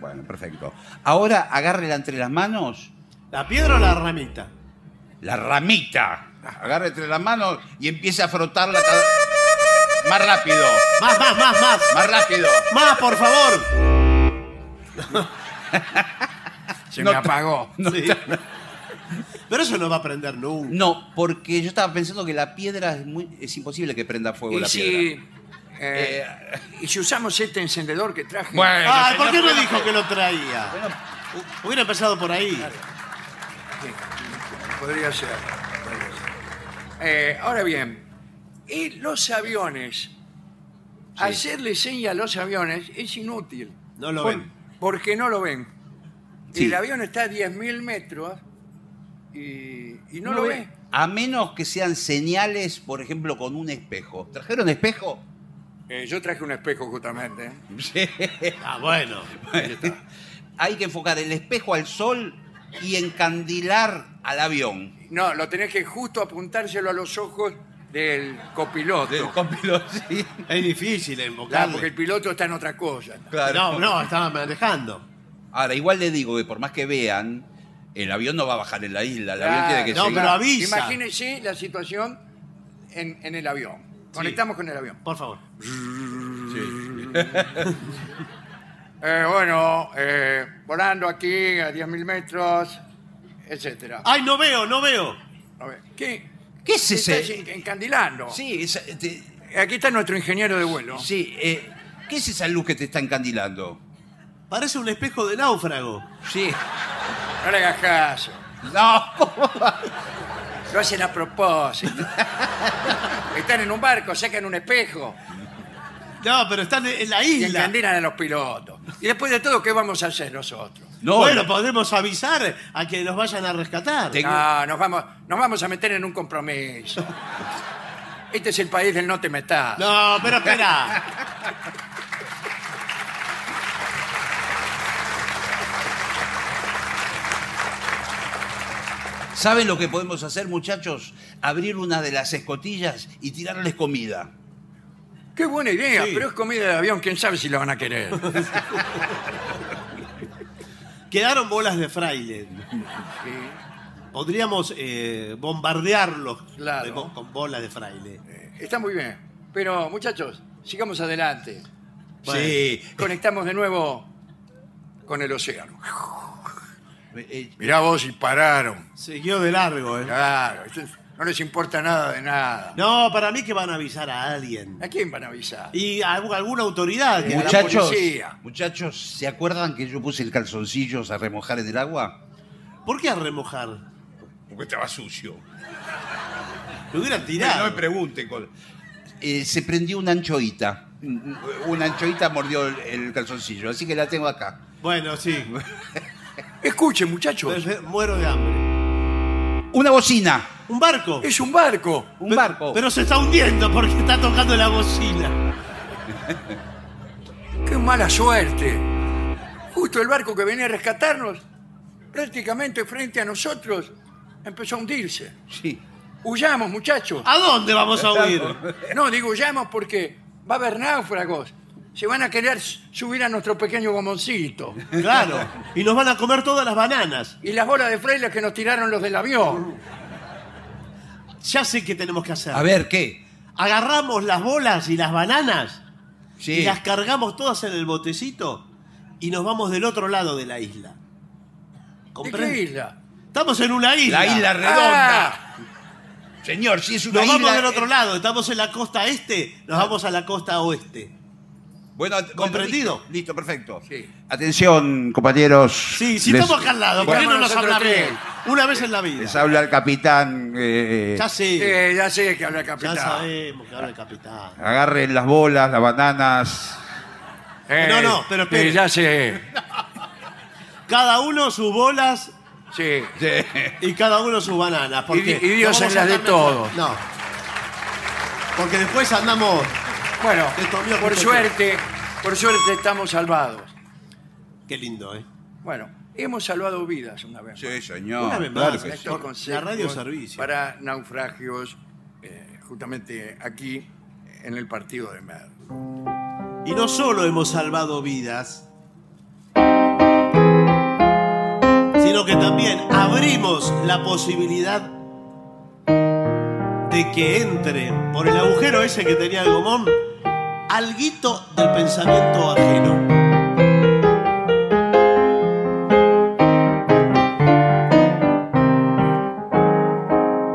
[SPEAKER 5] Bueno, perfecto. Ahora agárrela entre las manos,
[SPEAKER 4] ¿La piedra o la ramita?
[SPEAKER 5] la ramita. Agarre entre las manos y empieza a frotarla cada- más rápido,
[SPEAKER 4] Más, más, más, más.
[SPEAKER 5] más rápido.
[SPEAKER 4] Más, por favor.
[SPEAKER 2] Se me
[SPEAKER 5] No te-
[SPEAKER 2] apagó.
[SPEAKER 4] Sí. Pero eso no va a prender nunca.
[SPEAKER 5] No, porque yo estaba pensando que la piedra es muy es imposible que prenda fuego
[SPEAKER 2] Y
[SPEAKER 5] la
[SPEAKER 2] si,
[SPEAKER 5] piedra.
[SPEAKER 2] eh, y si usamos este encendedor que traje.
[SPEAKER 5] Bueno,
[SPEAKER 4] Ay,
[SPEAKER 5] señor,
[SPEAKER 4] ¿por qué no
[SPEAKER 5] bueno,
[SPEAKER 4] dijo que lo traía? Hubiera empezado por ahí.
[SPEAKER 2] Podría ser. podría ser. Eh, ahora bien, y los aviones. Hacerle seña a los aviones es inútil.
[SPEAKER 4] No lo
[SPEAKER 2] Por-
[SPEAKER 4] ven.
[SPEAKER 2] Porque no lo ven.
[SPEAKER 5] Sí.
[SPEAKER 2] El avión está a 10.000 metros y, y no, lo
[SPEAKER 5] ve.
[SPEAKER 2] ve.
[SPEAKER 5] A menos que sean señales, por ejemplo, con un espejo. ¿Trajeron espejo?
[SPEAKER 2] Eh, yo traje un espejo justamente. ¿eh?
[SPEAKER 4] Ah, bueno.
[SPEAKER 5] Hay que enfocar el espejo al sol y encandilar al avión.
[SPEAKER 2] No, lo tenés que justo apuntárselo a los ojos del copiloto.
[SPEAKER 5] Eh,
[SPEAKER 6] Del copiloto, sí.
[SPEAKER 4] Es difícil
[SPEAKER 2] Claro,
[SPEAKER 4] invocarle.
[SPEAKER 2] porque el piloto está en otra cosa.
[SPEAKER 6] Claro.
[SPEAKER 4] No, no, estaba manejando.
[SPEAKER 6] Ahora, igual le digo que por más que vean, el avión no va a bajar en la isla. El avión
[SPEAKER 2] Claro.
[SPEAKER 6] tiene que
[SPEAKER 4] No,
[SPEAKER 6] seguir.
[SPEAKER 4] pero avisa.
[SPEAKER 2] Imagínese la situación en, en el avión. Conectamos con el avión.
[SPEAKER 4] Por favor.
[SPEAKER 2] Eh, bueno, eh, volando aquí a 10.000 metros, etcétera.
[SPEAKER 4] ¡Ay, no veo, no veo!
[SPEAKER 2] A ver, ¿Qué?
[SPEAKER 6] ¿Qué es
[SPEAKER 2] Está
[SPEAKER 6] ese?
[SPEAKER 2] encandilando.
[SPEAKER 6] Sí, esa- te-
[SPEAKER 2] Aquí está nuestro ingeniero de vuelo.
[SPEAKER 6] sí eh, ¿qué es esa luz que te está encandilando?
[SPEAKER 4] Parece un espejo de náufrago.
[SPEAKER 6] Sí.
[SPEAKER 2] No le hagas caso.
[SPEAKER 6] No, ¿cómo va?
[SPEAKER 2] Lo hacen a propósito. Están en un barco, sacan un espejo
[SPEAKER 4] No, pero están en la
[SPEAKER 2] y
[SPEAKER 4] isla.
[SPEAKER 2] encandilan a los pilotos. Y después de todo, ¿qué vamos a hacer nosotros?
[SPEAKER 6] No,
[SPEAKER 4] bueno, podremos avisar a que los vayan a rescatar.
[SPEAKER 6] Te-
[SPEAKER 2] No, nos vamos, nos vamos a meter en un compromiso. Este es el país del no te metas.
[SPEAKER 4] No, pero espera.
[SPEAKER 6] ¿Saben lo que podemos hacer, muchachos? Abrir una de las escotillas y tirarles comida.
[SPEAKER 2] Qué buena idea,
[SPEAKER 4] Sí.
[SPEAKER 2] pero es comida de avión, quién sabe si la van a querer.
[SPEAKER 4] Quedaron bolas de fraile. Podríamos eh, bombardearlos
[SPEAKER 2] Claro.
[SPEAKER 4] de bo- con bolas de fraile.
[SPEAKER 2] Está muy bien. Pero, muchachos, sigamos adelante.
[SPEAKER 6] Sí.
[SPEAKER 2] Conectamos de nuevo con el océano.
[SPEAKER 6] Eh,
[SPEAKER 2] Mirá vos y pararon.
[SPEAKER 4] Siguió de largo, ¿eh?
[SPEAKER 2] Claro, esto es- no les importa nada de nada.
[SPEAKER 4] No, para mí que van a avisar a alguien.
[SPEAKER 2] ¿A quién van a avisar?
[SPEAKER 4] Y a algu- alguna autoridad. que-
[SPEAKER 2] la
[SPEAKER 6] eh, Muchachos,
[SPEAKER 2] policía.
[SPEAKER 6] muchachos, ¿se acuerdan que yo puse el calzoncillo a remojar en el agua?
[SPEAKER 4] ¿Por qué a remojar?
[SPEAKER 6] Porque estaba sucio.
[SPEAKER 4] Lo hubieran tirado.
[SPEAKER 6] pregunten. con- Eh, se prendió una anchoita. Un- Una anchoita mordió el, el calzoncillo, así que la tengo acá.
[SPEAKER 4] Bueno, sí.
[SPEAKER 2] Escuchen, muchachos,
[SPEAKER 4] Me- me- Muero de hambre.
[SPEAKER 6] Una bocina,
[SPEAKER 4] Un barco.
[SPEAKER 2] es un barco.
[SPEAKER 6] un
[SPEAKER 4] Pe-
[SPEAKER 6] barco.
[SPEAKER 4] Pero se está hundiendo porque está tocando la bocina.
[SPEAKER 2] ¡Qué mala suerte! Justo el barco que venía a rescatarnos, prácticamente frente a nosotros, empezó a hundirse.
[SPEAKER 6] Sí.
[SPEAKER 2] Huyamos, muchachos.
[SPEAKER 4] ¿A dónde vamos a huir?
[SPEAKER 2] Eh, No, digo huyamos porque va a haber náufragos. Se van a querer s- subir a nuestro pequeño gomoncito.
[SPEAKER 4] Claro. Y nos van a comer todas las bananas.
[SPEAKER 2] Y las bolas de frailes que nos tiraron los del
[SPEAKER 4] Mm,
[SPEAKER 2] avión.
[SPEAKER 4] Ya sé qué tenemos que hacer.
[SPEAKER 6] A ver, ¿qué?
[SPEAKER 4] Agarramos las bolas y las bananas y
[SPEAKER 6] Sí.
[SPEAKER 4] las cargamos todas en el botecito y nos vamos del otro lado de la isla.
[SPEAKER 2] ¿De qué
[SPEAKER 4] ¿Comprende?
[SPEAKER 2] isla? Ah,
[SPEAKER 4] Estamos en una isla. Ah.
[SPEAKER 6] La isla redonda. Señor, si es una
[SPEAKER 4] Nos vamos
[SPEAKER 6] isla- eh,
[SPEAKER 4] del otro lado. Estamos en la costa este, nos
[SPEAKER 2] Ah.
[SPEAKER 4] vamos a la costa oeste.
[SPEAKER 6] Bueno, at-
[SPEAKER 4] ¿Comprendido?
[SPEAKER 6] bueno, listo, listo, perfecto.
[SPEAKER 2] Sí.
[SPEAKER 5] Atención, compañeros.
[SPEAKER 4] Sí, si
[SPEAKER 5] Les-
[SPEAKER 4] estamos acá al lado, ¿por qué
[SPEAKER 2] Bueno,
[SPEAKER 4] no nos
[SPEAKER 2] nosotros
[SPEAKER 4] habla
[SPEAKER 2] tres.
[SPEAKER 4] bien? Una vez en la vida.
[SPEAKER 5] Les habla el capitán. eh,
[SPEAKER 4] Ya sé.
[SPEAKER 2] Eh, ya sé que habla el capitán.
[SPEAKER 4] Ya sabemos que habla el capitán.
[SPEAKER 5] agarren las bolas, las bananas.
[SPEAKER 2] Eh,
[SPEAKER 4] No, no, pero espere.
[SPEAKER 2] eh, ya sé.
[SPEAKER 4] Cada uno sus bolas
[SPEAKER 2] Sí.
[SPEAKER 4] y cada uno sus bananas.
[SPEAKER 2] Y-
[SPEAKER 4] Porque
[SPEAKER 2] y Dios
[SPEAKER 4] no vamos
[SPEAKER 2] en las
[SPEAKER 4] a
[SPEAKER 2] de
[SPEAKER 4] andar
[SPEAKER 2] todos.
[SPEAKER 4] mejor. No. Porque después andamos.
[SPEAKER 2] Bueno,
[SPEAKER 4] Te tomé
[SPEAKER 2] por
[SPEAKER 4] justo
[SPEAKER 2] suerte, por suerte estamos salvados.
[SPEAKER 4] Qué lindo, ¿eh?
[SPEAKER 2] Bueno, hemos salvado vidas una vez. más.
[SPEAKER 6] Sí, señor.
[SPEAKER 4] Una vez más.
[SPEAKER 6] claro que
[SPEAKER 4] Esto-
[SPEAKER 6] sí.
[SPEAKER 2] Estos
[SPEAKER 4] por
[SPEAKER 2] consejos
[SPEAKER 4] la radio servicio.
[SPEAKER 2] Para naufragios, eh, justamente aquí, en el partido de Mer.
[SPEAKER 4] Y no solo hemos salvado vidas, sino que también abrimos la posibilidad de que entre por el agujero ese que tenía el gomón alguito del pensamiento ajeno.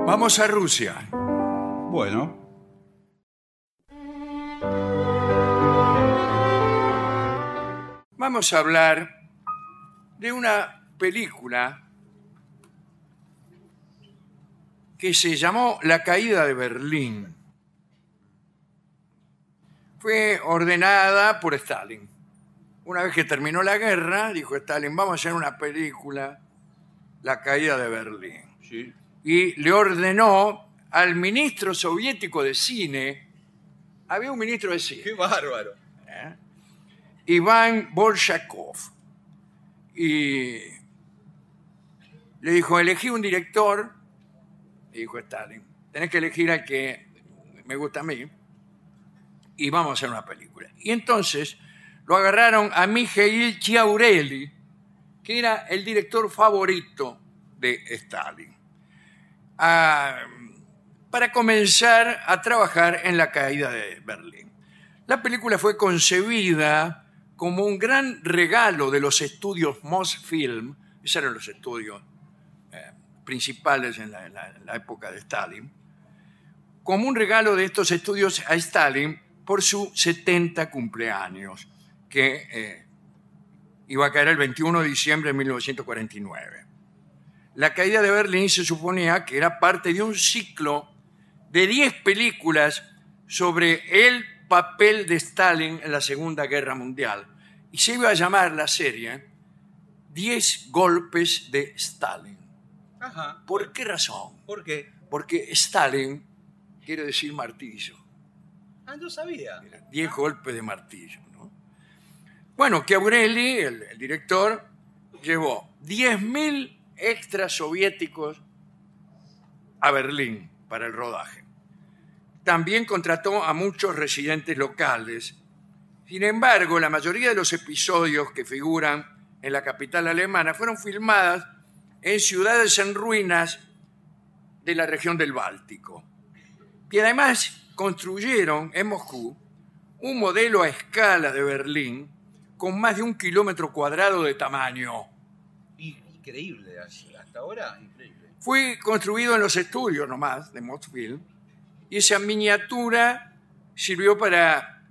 [SPEAKER 2] Vamos a Rusia.
[SPEAKER 6] Bueno.
[SPEAKER 2] Vamos a hablar de una película que se llamó La caída de Berlín. Fue ordenada por Stalin. Una vez que terminó la guerra, dijo Stalin, vamos a hacer una película, La caída de Berlín.
[SPEAKER 6] Sí.
[SPEAKER 2] y le ordenó al ministro soviético de cine, había un ministro de cine,
[SPEAKER 6] bárbaro.
[SPEAKER 2] Iván Bolshakov, y le dijo, elegí un director, le dijo Stalin, tenés que elegir al que me gusta a mí, y vamos a hacer una película. Y entonces lo agarraron a Mijail Chiaurelli, que era el director favorito de Stalin, a- para comenzar a trabajar en la caída de Berlín. La película fue concebida como un gran regalo de los estudios Mosfilm, esos eran los estudios eh, principales en la- en la- en la época de Stalin, como un regalo de estos estudios a Stalin por su 70 cumpleaños, que eh, iba a caer el 21 de diciembre de 1949. La caída de Berlín se suponía que era parte de un ciclo de 10 películas sobre el papel de Stalin en la Segunda Guerra Mundial. Y se iba a llamar la serie 10 golpes de Stalin.
[SPEAKER 5] Ajá.
[SPEAKER 2] ¿Por qué razón?
[SPEAKER 5] ¿Por qué?
[SPEAKER 2] Porque Stalin quiere decir martillo.
[SPEAKER 5] Ah, no sabía.
[SPEAKER 2] Diez golpes de martillo. ¿no? Bueno, que Aureli, el, el director, llevó 10.000 extras soviéticos a Berlín para el rodaje. También contrató a muchos residentes locales. Sin embargo, la mayoría de los episodios que figuran en la capital alemana fueron filmadas en ciudades en ruinas de la región del Báltico. Y además construyeron en Moscú un modelo a escala de Berlín con más de un kilómetro cuadrado de tamaño.
[SPEAKER 5] I- Increíble, así, hasta ahora, increíble.
[SPEAKER 2] Fue construido en los estudios nomás de Mosfilm y esa miniatura sirvió para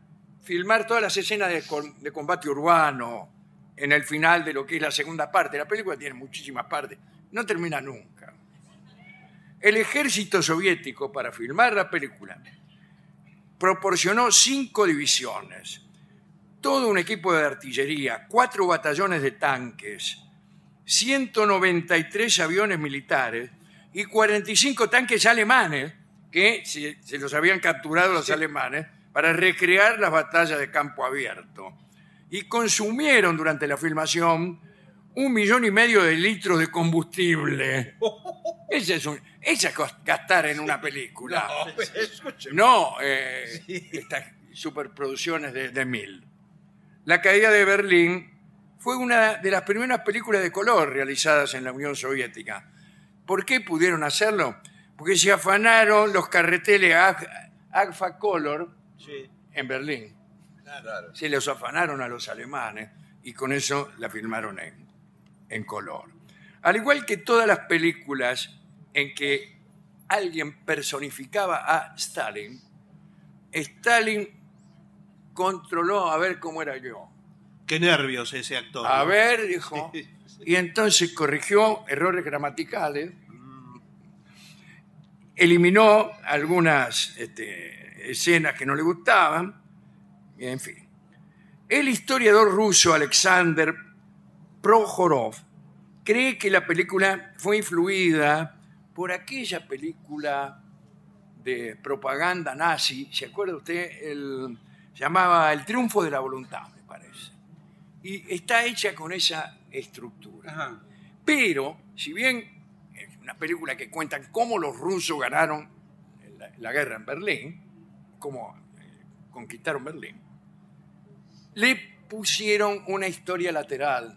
[SPEAKER 2] filmar todas las escenas de, con- de combate urbano en el final de lo que es la segunda parte. La película tiene muchísimas partes, no termina nunca. El ejército soviético para filmar la película proporcionó cinco divisiones, todo un equipo de artillería, cuatro batallones de tanques, 193 aviones militares y 45 tanques alemanes que se, se los habían capturado los alemanes para recrear las batallas de campo abierto. Y consumieron durante la filmación un millón y medio de litros de combustible. Ese es un- ese es cos- gastar en una película. No, eh, estas superproducciones de, de Mil. La caída de Berlín fue una de las primeras películas de color realizadas en la Unión Soviética. ¿Por qué pudieron hacerlo? Porque se afanaron los carreteles Ag- Agfa Color en Berlín. Se los afanaron a los alemanes y con eso la filmaron en, en color. Al igual que todas las películas en que alguien personificaba a Stalin, Stalin controló a ver cómo era yo.
[SPEAKER 4] Qué nervios ese actor.
[SPEAKER 2] A
[SPEAKER 4] ¿no?
[SPEAKER 2] ver, dijo. Y entonces corrigió errores gramaticales, eliminó algunas este, escenas que no le gustaban, y en fin. El historiador ruso Alexander Prohorov cree que la película fue influida por aquella película de propaganda nazi, ¿se acuerda usted? El, llamaba El triunfo de la voluntad, me parece y está hecha con esa estructura.
[SPEAKER 5] Ajá.
[SPEAKER 2] Pero, si bien es una película que cuentan cómo los rusos ganaron la, la guerra en Berlín, cómo eh, conquistaron Berlín, le pusieron una historia lateral.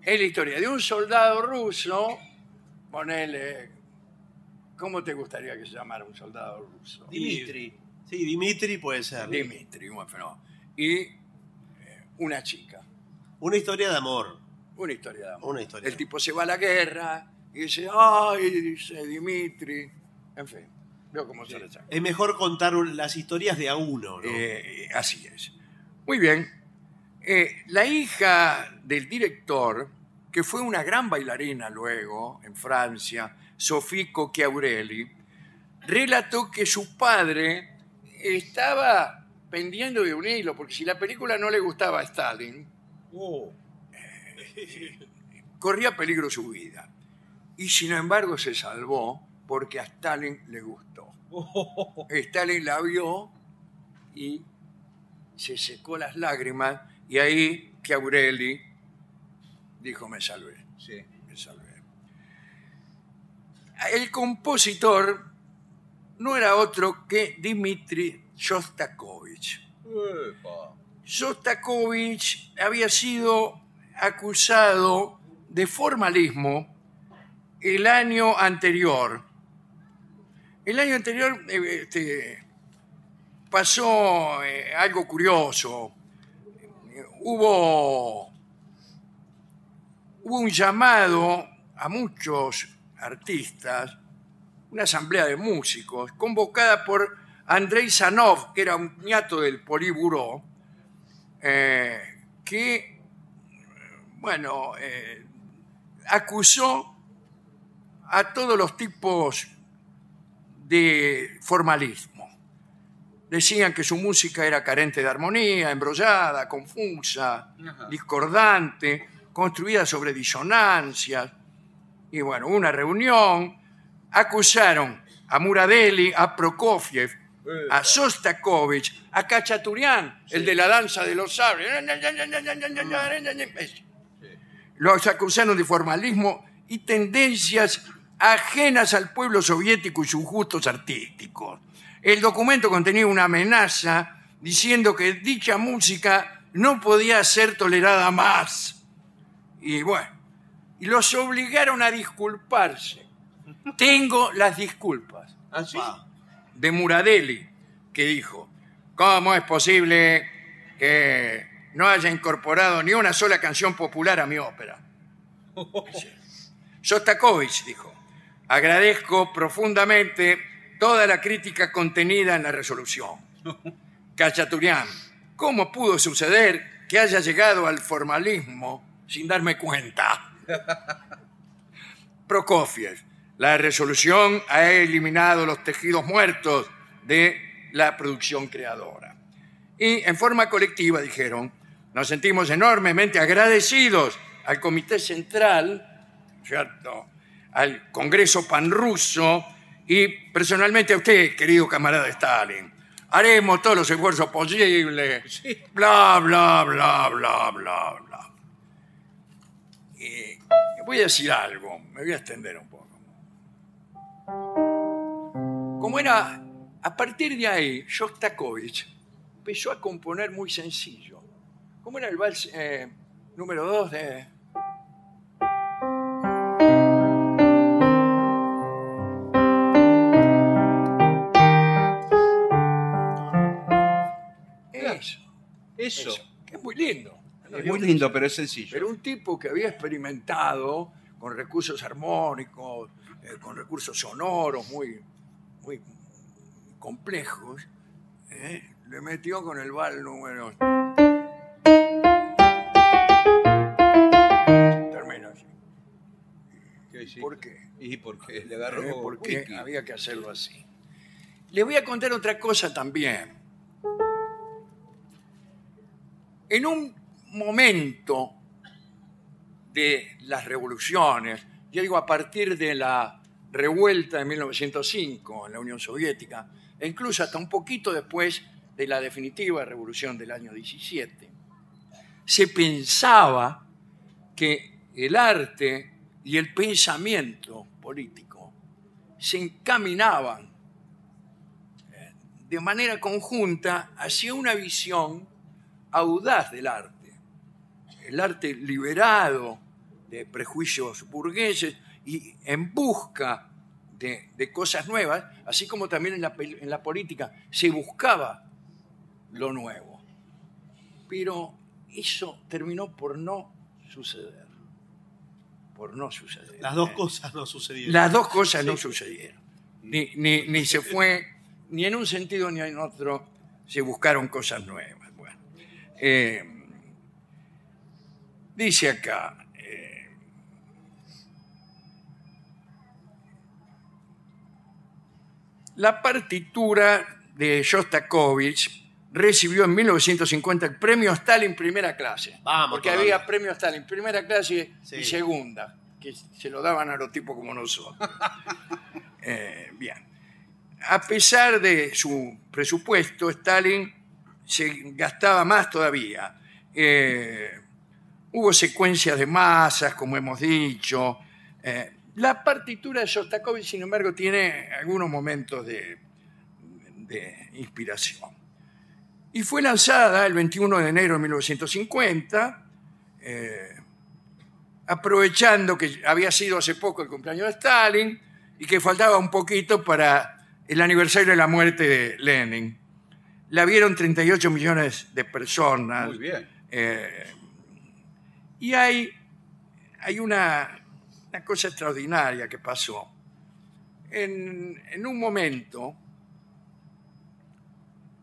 [SPEAKER 2] Es la historia de un soldado ruso, ponele, ¿cómo te gustaría que se llamara un soldado ruso?
[SPEAKER 4] Dimitri. Sí, Dimitri puede ser.
[SPEAKER 2] Dimitri, bueno, no. Y eh, una chica.
[SPEAKER 4] Una historia de amor.
[SPEAKER 2] Una historia de amor.
[SPEAKER 4] Una historia de
[SPEAKER 2] El
[SPEAKER 4] amor.
[SPEAKER 2] tipo se va a la guerra y dice, ay, dice Dimitri. En fin, veo cómo se le saca.
[SPEAKER 4] Es mejor contar un- las historias de a uno, ¿no?
[SPEAKER 2] Eh, así es. Muy bien. Eh, la hija del director, que fue una gran bailarina luego en Francia, Sophie Cocchiaurelli, relató que su padre estaba pendiendo de un hilo, porque si la película no le gustaba a Stalin, eh, corría peligro su vida. Y sin embargo se salvó porque a Stalin le gustó. Stalin la vio y se secó las lágrimas y ahí que Aureli dijo me salvé,
[SPEAKER 5] Sí.
[SPEAKER 2] me salvé. El compositor no era otro que Dmitri Shostakovich. Shostakovich había sido acusado de formalismo el año anterior. El año anterior eh, este, pasó eh, algo curioso. Eh, Hubo, hubo un llamado a muchos artistas, una asamblea de músicos, convocada por Andrei Sanov, que era un ñato del Poliburó, eh, que, bueno, eh, acusó a todos los tipos de formalismo. Decían que su música era carente de armonía, embrollada, confusa, discordante, construida sobre disonancias. Y bueno, hubo una reunión, acusaron a Muradeli, a Prokofiev, a Sostakovich, a Cachaturian, el de la danza de los sables. Los acusaron de formalismo y tendencias ajenas al pueblo soviético y sus gustos artísticos. El documento contenía una amenaza diciendo que dicha música no podía ser tolerada más. Y bueno, y los obligaron a disculparse. Tengo las disculpas
[SPEAKER 3] ¿Así?
[SPEAKER 2] de Muradeli, que dijo, ¿cómo es posible que no haya incorporado ni una sola canción popular a mi ópera? Sostakovich dijo, agradezco profundamente toda la crítica contenida en la resolución. Cachaturian, ¿cómo pudo suceder que haya llegado al formalismo sin darme cuenta? Prokofiev, la resolución ha eliminado los tejidos muertos de la producción creadora. Y en forma colectiva dijeron, nos sentimos enormemente agradecidos al Comité Central, ¿cierto? al Congreso Panruso y personalmente a usted, querido camarada Stalin. Haremos todos los esfuerzos posibles. Bla, bla, bla, bla, bla, bla. Eh, voy a decir algo, me voy a extender un poco. Como era, a partir de ahí, Shostakovich empezó a componer muy sencillo. Como era el vals eh, número 2 de... Eso,
[SPEAKER 3] Eso.
[SPEAKER 2] eso, que es muy lindo.
[SPEAKER 5] Es muy lindo, pero es sencillo.
[SPEAKER 2] Pero un tipo que había experimentado con recursos armónicos, eh, con recursos sonoros muy, muy complejos, ¿eh? le metió con el bal número. Termina así. ¿Por qué?
[SPEAKER 5] ¿Y por qué? Le
[SPEAKER 2] ¿Eh?
[SPEAKER 5] agarró
[SPEAKER 2] Porque
[SPEAKER 5] wiki.
[SPEAKER 2] había que hacerlo así. Les voy a contar otra cosa también. En un momento de las revoluciones, yo digo a partir de la revuelta de 1905 en la Unión Soviética, e incluso hasta un poquito después de la definitiva revolución del año 17, se pensaba que el arte y el pensamiento político se encaminaban eh, de manera conjunta hacia una visión audaz del arte, el arte liberado de prejuicios burgueses y en busca de, de cosas nuevas, así como también en la, pel- en la política se buscaba lo nuevo. Pero eso terminó por no suceder, por no suceder.
[SPEAKER 4] Las dos
[SPEAKER 2] Eh,
[SPEAKER 4] cosas no sucedieron.
[SPEAKER 2] las dos cosas no sucedieron. Ni, ni- ni se fue, ni en un sentido ni en otro se buscaron cosas nuevas. Bueno, eh, dice acá. eh, La partitura de Shostakovich recibió en 1950 el premio Stalin primera clase.
[SPEAKER 4] Vamos
[SPEAKER 2] porque
[SPEAKER 4] todavía.
[SPEAKER 2] había premio Stalin primera clase y
[SPEAKER 4] Sí.
[SPEAKER 2] segunda, que se lo daban a los tipos como nosotros. Eh, bien. A pesar de su presupuesto, Stalin se gastaba más todavía. Eh, hubo secuencias de masas, como hemos dicho. Eh, la partitura de Shostakovich, sin embargo, tiene algunos momentos de de inspiración. Y fue lanzada el 21 de enero de 1950, eh, aprovechando que había sido hace poco el cumpleaños de Stalin y que faltaba un poquito para el aniversario de la muerte de Lenin. La vieron 38 millones de personas.
[SPEAKER 5] Muy bien.
[SPEAKER 2] Eh, y hay, hay una, una cosa extraordinaria que pasó. En, en un momento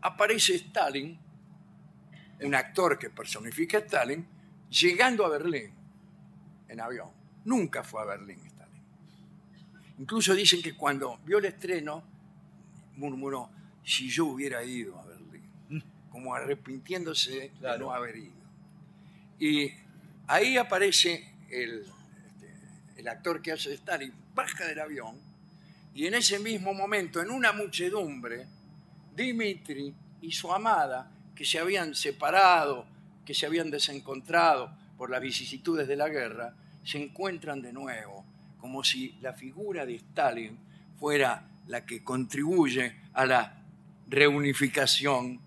[SPEAKER 2] aparece Stalin, un actor que personifica a Stalin, llegando a Berlín en avión. Nunca fue a Berlín Stalin. Incluso dicen que cuando vio el estreno, murmuró, si yo hubiera ido a Berlín, como arrepintiéndose de no haber ido. Y ahí aparece el, este, el actor que hace Stalin, baja del avión, y en ese mismo momento, en una muchedumbre, Dimitri y su amada, que se habían separado, que se habían desencontrado por las vicisitudes de la guerra, se encuentran de nuevo, como si la figura de Stalin fuera la que contribuye a la reunificación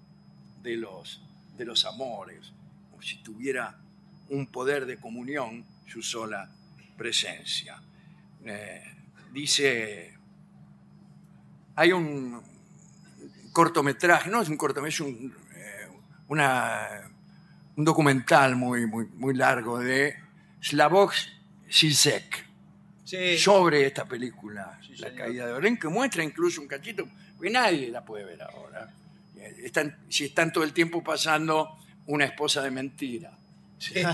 [SPEAKER 2] de los, de los amores, como si tuviera un poder de comunión su sola presencia. Eh, dice, hay un cortometraje, no es un cortometraje, es un, eh, una- un documental muy, muy, muy largo de Slavoj Zizek
[SPEAKER 5] Sí.
[SPEAKER 2] sobre esta película,
[SPEAKER 5] Sí,
[SPEAKER 2] La
[SPEAKER 5] señor.
[SPEAKER 2] Caída de Berlín, que muestra incluso un cachito, que nadie la puede ver ahora. Eh, Están, si están todo el tiempo pasando una esposa de mentira.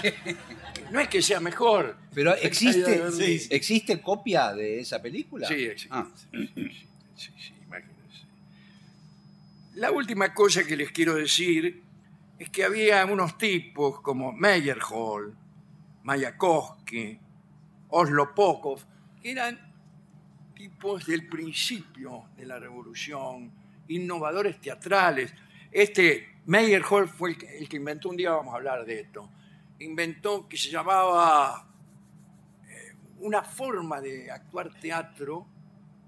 [SPEAKER 2] No es que sea mejor.
[SPEAKER 5] Pero
[SPEAKER 2] Ay, ay,
[SPEAKER 5] existe,
[SPEAKER 2] ay,
[SPEAKER 4] sí, sí.
[SPEAKER 5] existe copia de esa película.
[SPEAKER 2] Sí, existe.
[SPEAKER 5] Ah,
[SPEAKER 2] Sí, sí, imagínense. La última cosa que les quiero decir es que había unos tipos como Meyerhold, Mayakovsky, Oslo Pokov, que eran tipos del principio de la revolución, innovadores teatrales. Este Meyerhold fue el que, el que inventó, un día vamos a hablar de esto, inventó que se llamaba eh, una forma de actuar teatro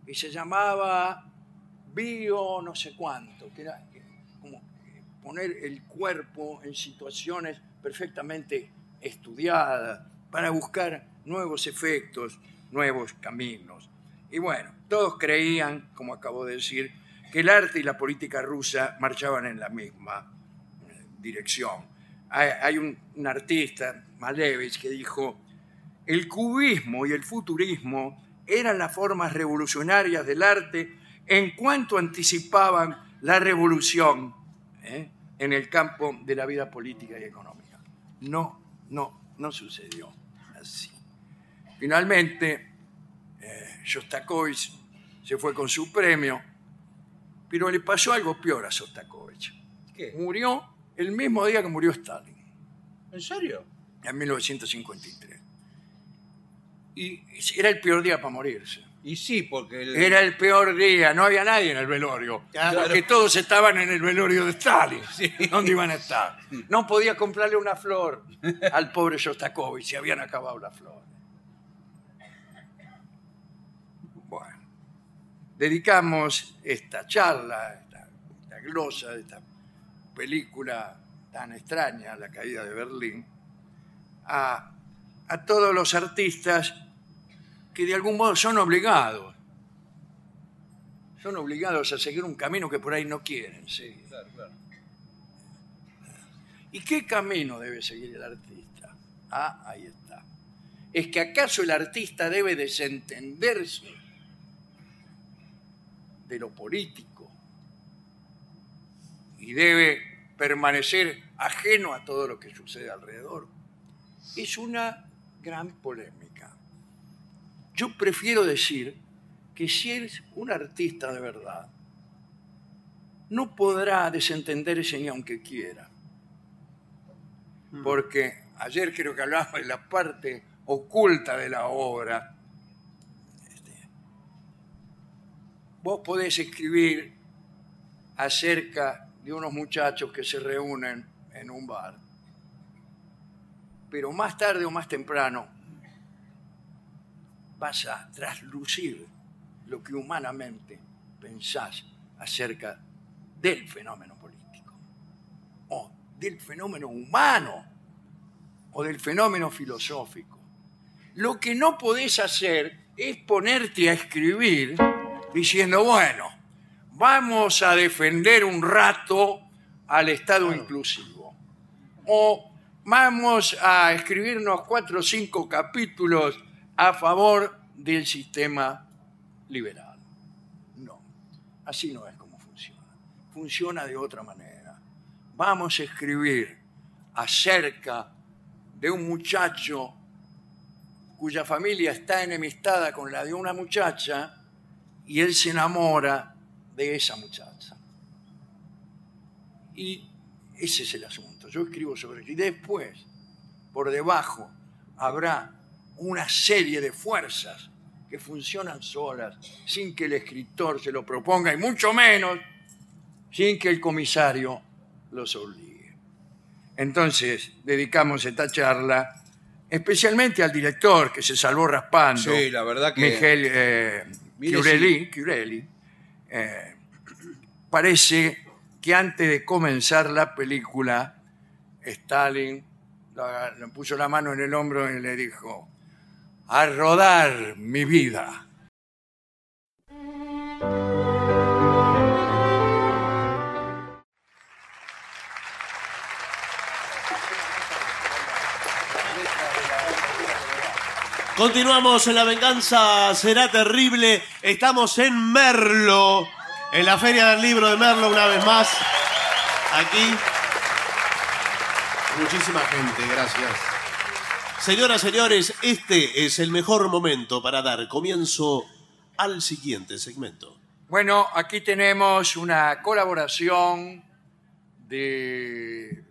[SPEAKER 2] y se llamaba bio no sé cuánto, que era eh, como eh, poner el cuerpo en situaciones perfectamente estudiadas para buscar nuevos efectos, nuevos caminos. Y bueno, todos creían, como acabo de decir, que el arte y la política rusa marchaban en la misma eh, dirección. Hay, hay un, un artista, Malevich, que dijo, el cubismo y el futurismo eran las formas revolucionarias del arte en cuanto anticipaban la revolución ¿eh? en el campo de la vida política y económica. No, no, no sucedió así. Finalmente, eh, Shostakovich se fue con su premio, pero le pasó algo peor a Shostakovich.
[SPEAKER 5] ¿Qué?
[SPEAKER 2] Murió el mismo día que murió Stalin
[SPEAKER 5] ¿En serio?
[SPEAKER 2] en 1953. Y era el peor día para morirse.
[SPEAKER 5] Y sí, porque el-
[SPEAKER 2] Era el peor día, no había nadie en el velorio.
[SPEAKER 4] Claro.
[SPEAKER 2] Porque todos estaban en el velorio de Stalin. ¿Dónde iban a estar? No podía comprarle una flor al pobre Shostakovich, se habían acabado las flores. Bueno, dedicamos esta charla, esta, esta glosa de esta película tan extraña, La caída de Berlín, a, a todos los artistas que de algún modo son obligados. Son obligados a seguir un camino que por ahí no quieren. seguir. ¿Y qué camino debe seguir el artista? Ah, ahí está. ¿Es que acaso el artista debe desentenderse de lo político y debe permanecer ajeno a todo lo que sucede alrededor? Es una gran polémica. Yo prefiero decir que si eres un artista de verdad, no podrá desentenderse ni aunque quiera. Porque ayer creo que hablábamos de la parte oculta de la obra. Este, vos podés escribir acerca de unos muchachos que se reúnen en un bar. Pero más tarde o más temprano vas a traslucir lo que humanamente pensás acerca del fenómeno político, o del fenómeno humano, o del fenómeno filosófico. Lo que no podés hacer es ponerte a escribir diciendo, bueno, vamos a defender un rato al Estado inclusivo, o vamos a escribirnos cuatro o cinco capítulos a favor del sistema liberal. No, así no es como funciona. Funciona de otra manera. Vamos a escribir acerca de un muchacho cuya familia está enemistada con la de una muchacha y él se enamora de esa muchacha. Y ese es el asunto. Yo escribo sobre eso. Y después, por debajo, habrá una serie de fuerzas que funcionan solas, sin que el escritor se lo proponga, y mucho menos sin que el comisario los obligue. Entonces, dedicamos esta charla especialmente al director que se salvó raspando,
[SPEAKER 5] Sí, la verdad que-
[SPEAKER 2] Miguel eh,
[SPEAKER 5] Mire,
[SPEAKER 2] Chiurelli, Chiurelli, eh, parece que antes de comenzar la película, Stalin la- le puso la mano en el hombro y le dijo, a rodar mi vida.
[SPEAKER 4] Continuamos en La Venganza Será Terrible. Estamos en Merlo, en la Feria del Libro de Merlo, una vez más. Aquí. Muchísima gente, gracias. Señoras, señores, este es el mejor momento para dar comienzo al siguiente segmento.
[SPEAKER 2] Bueno, aquí tenemos una colaboración de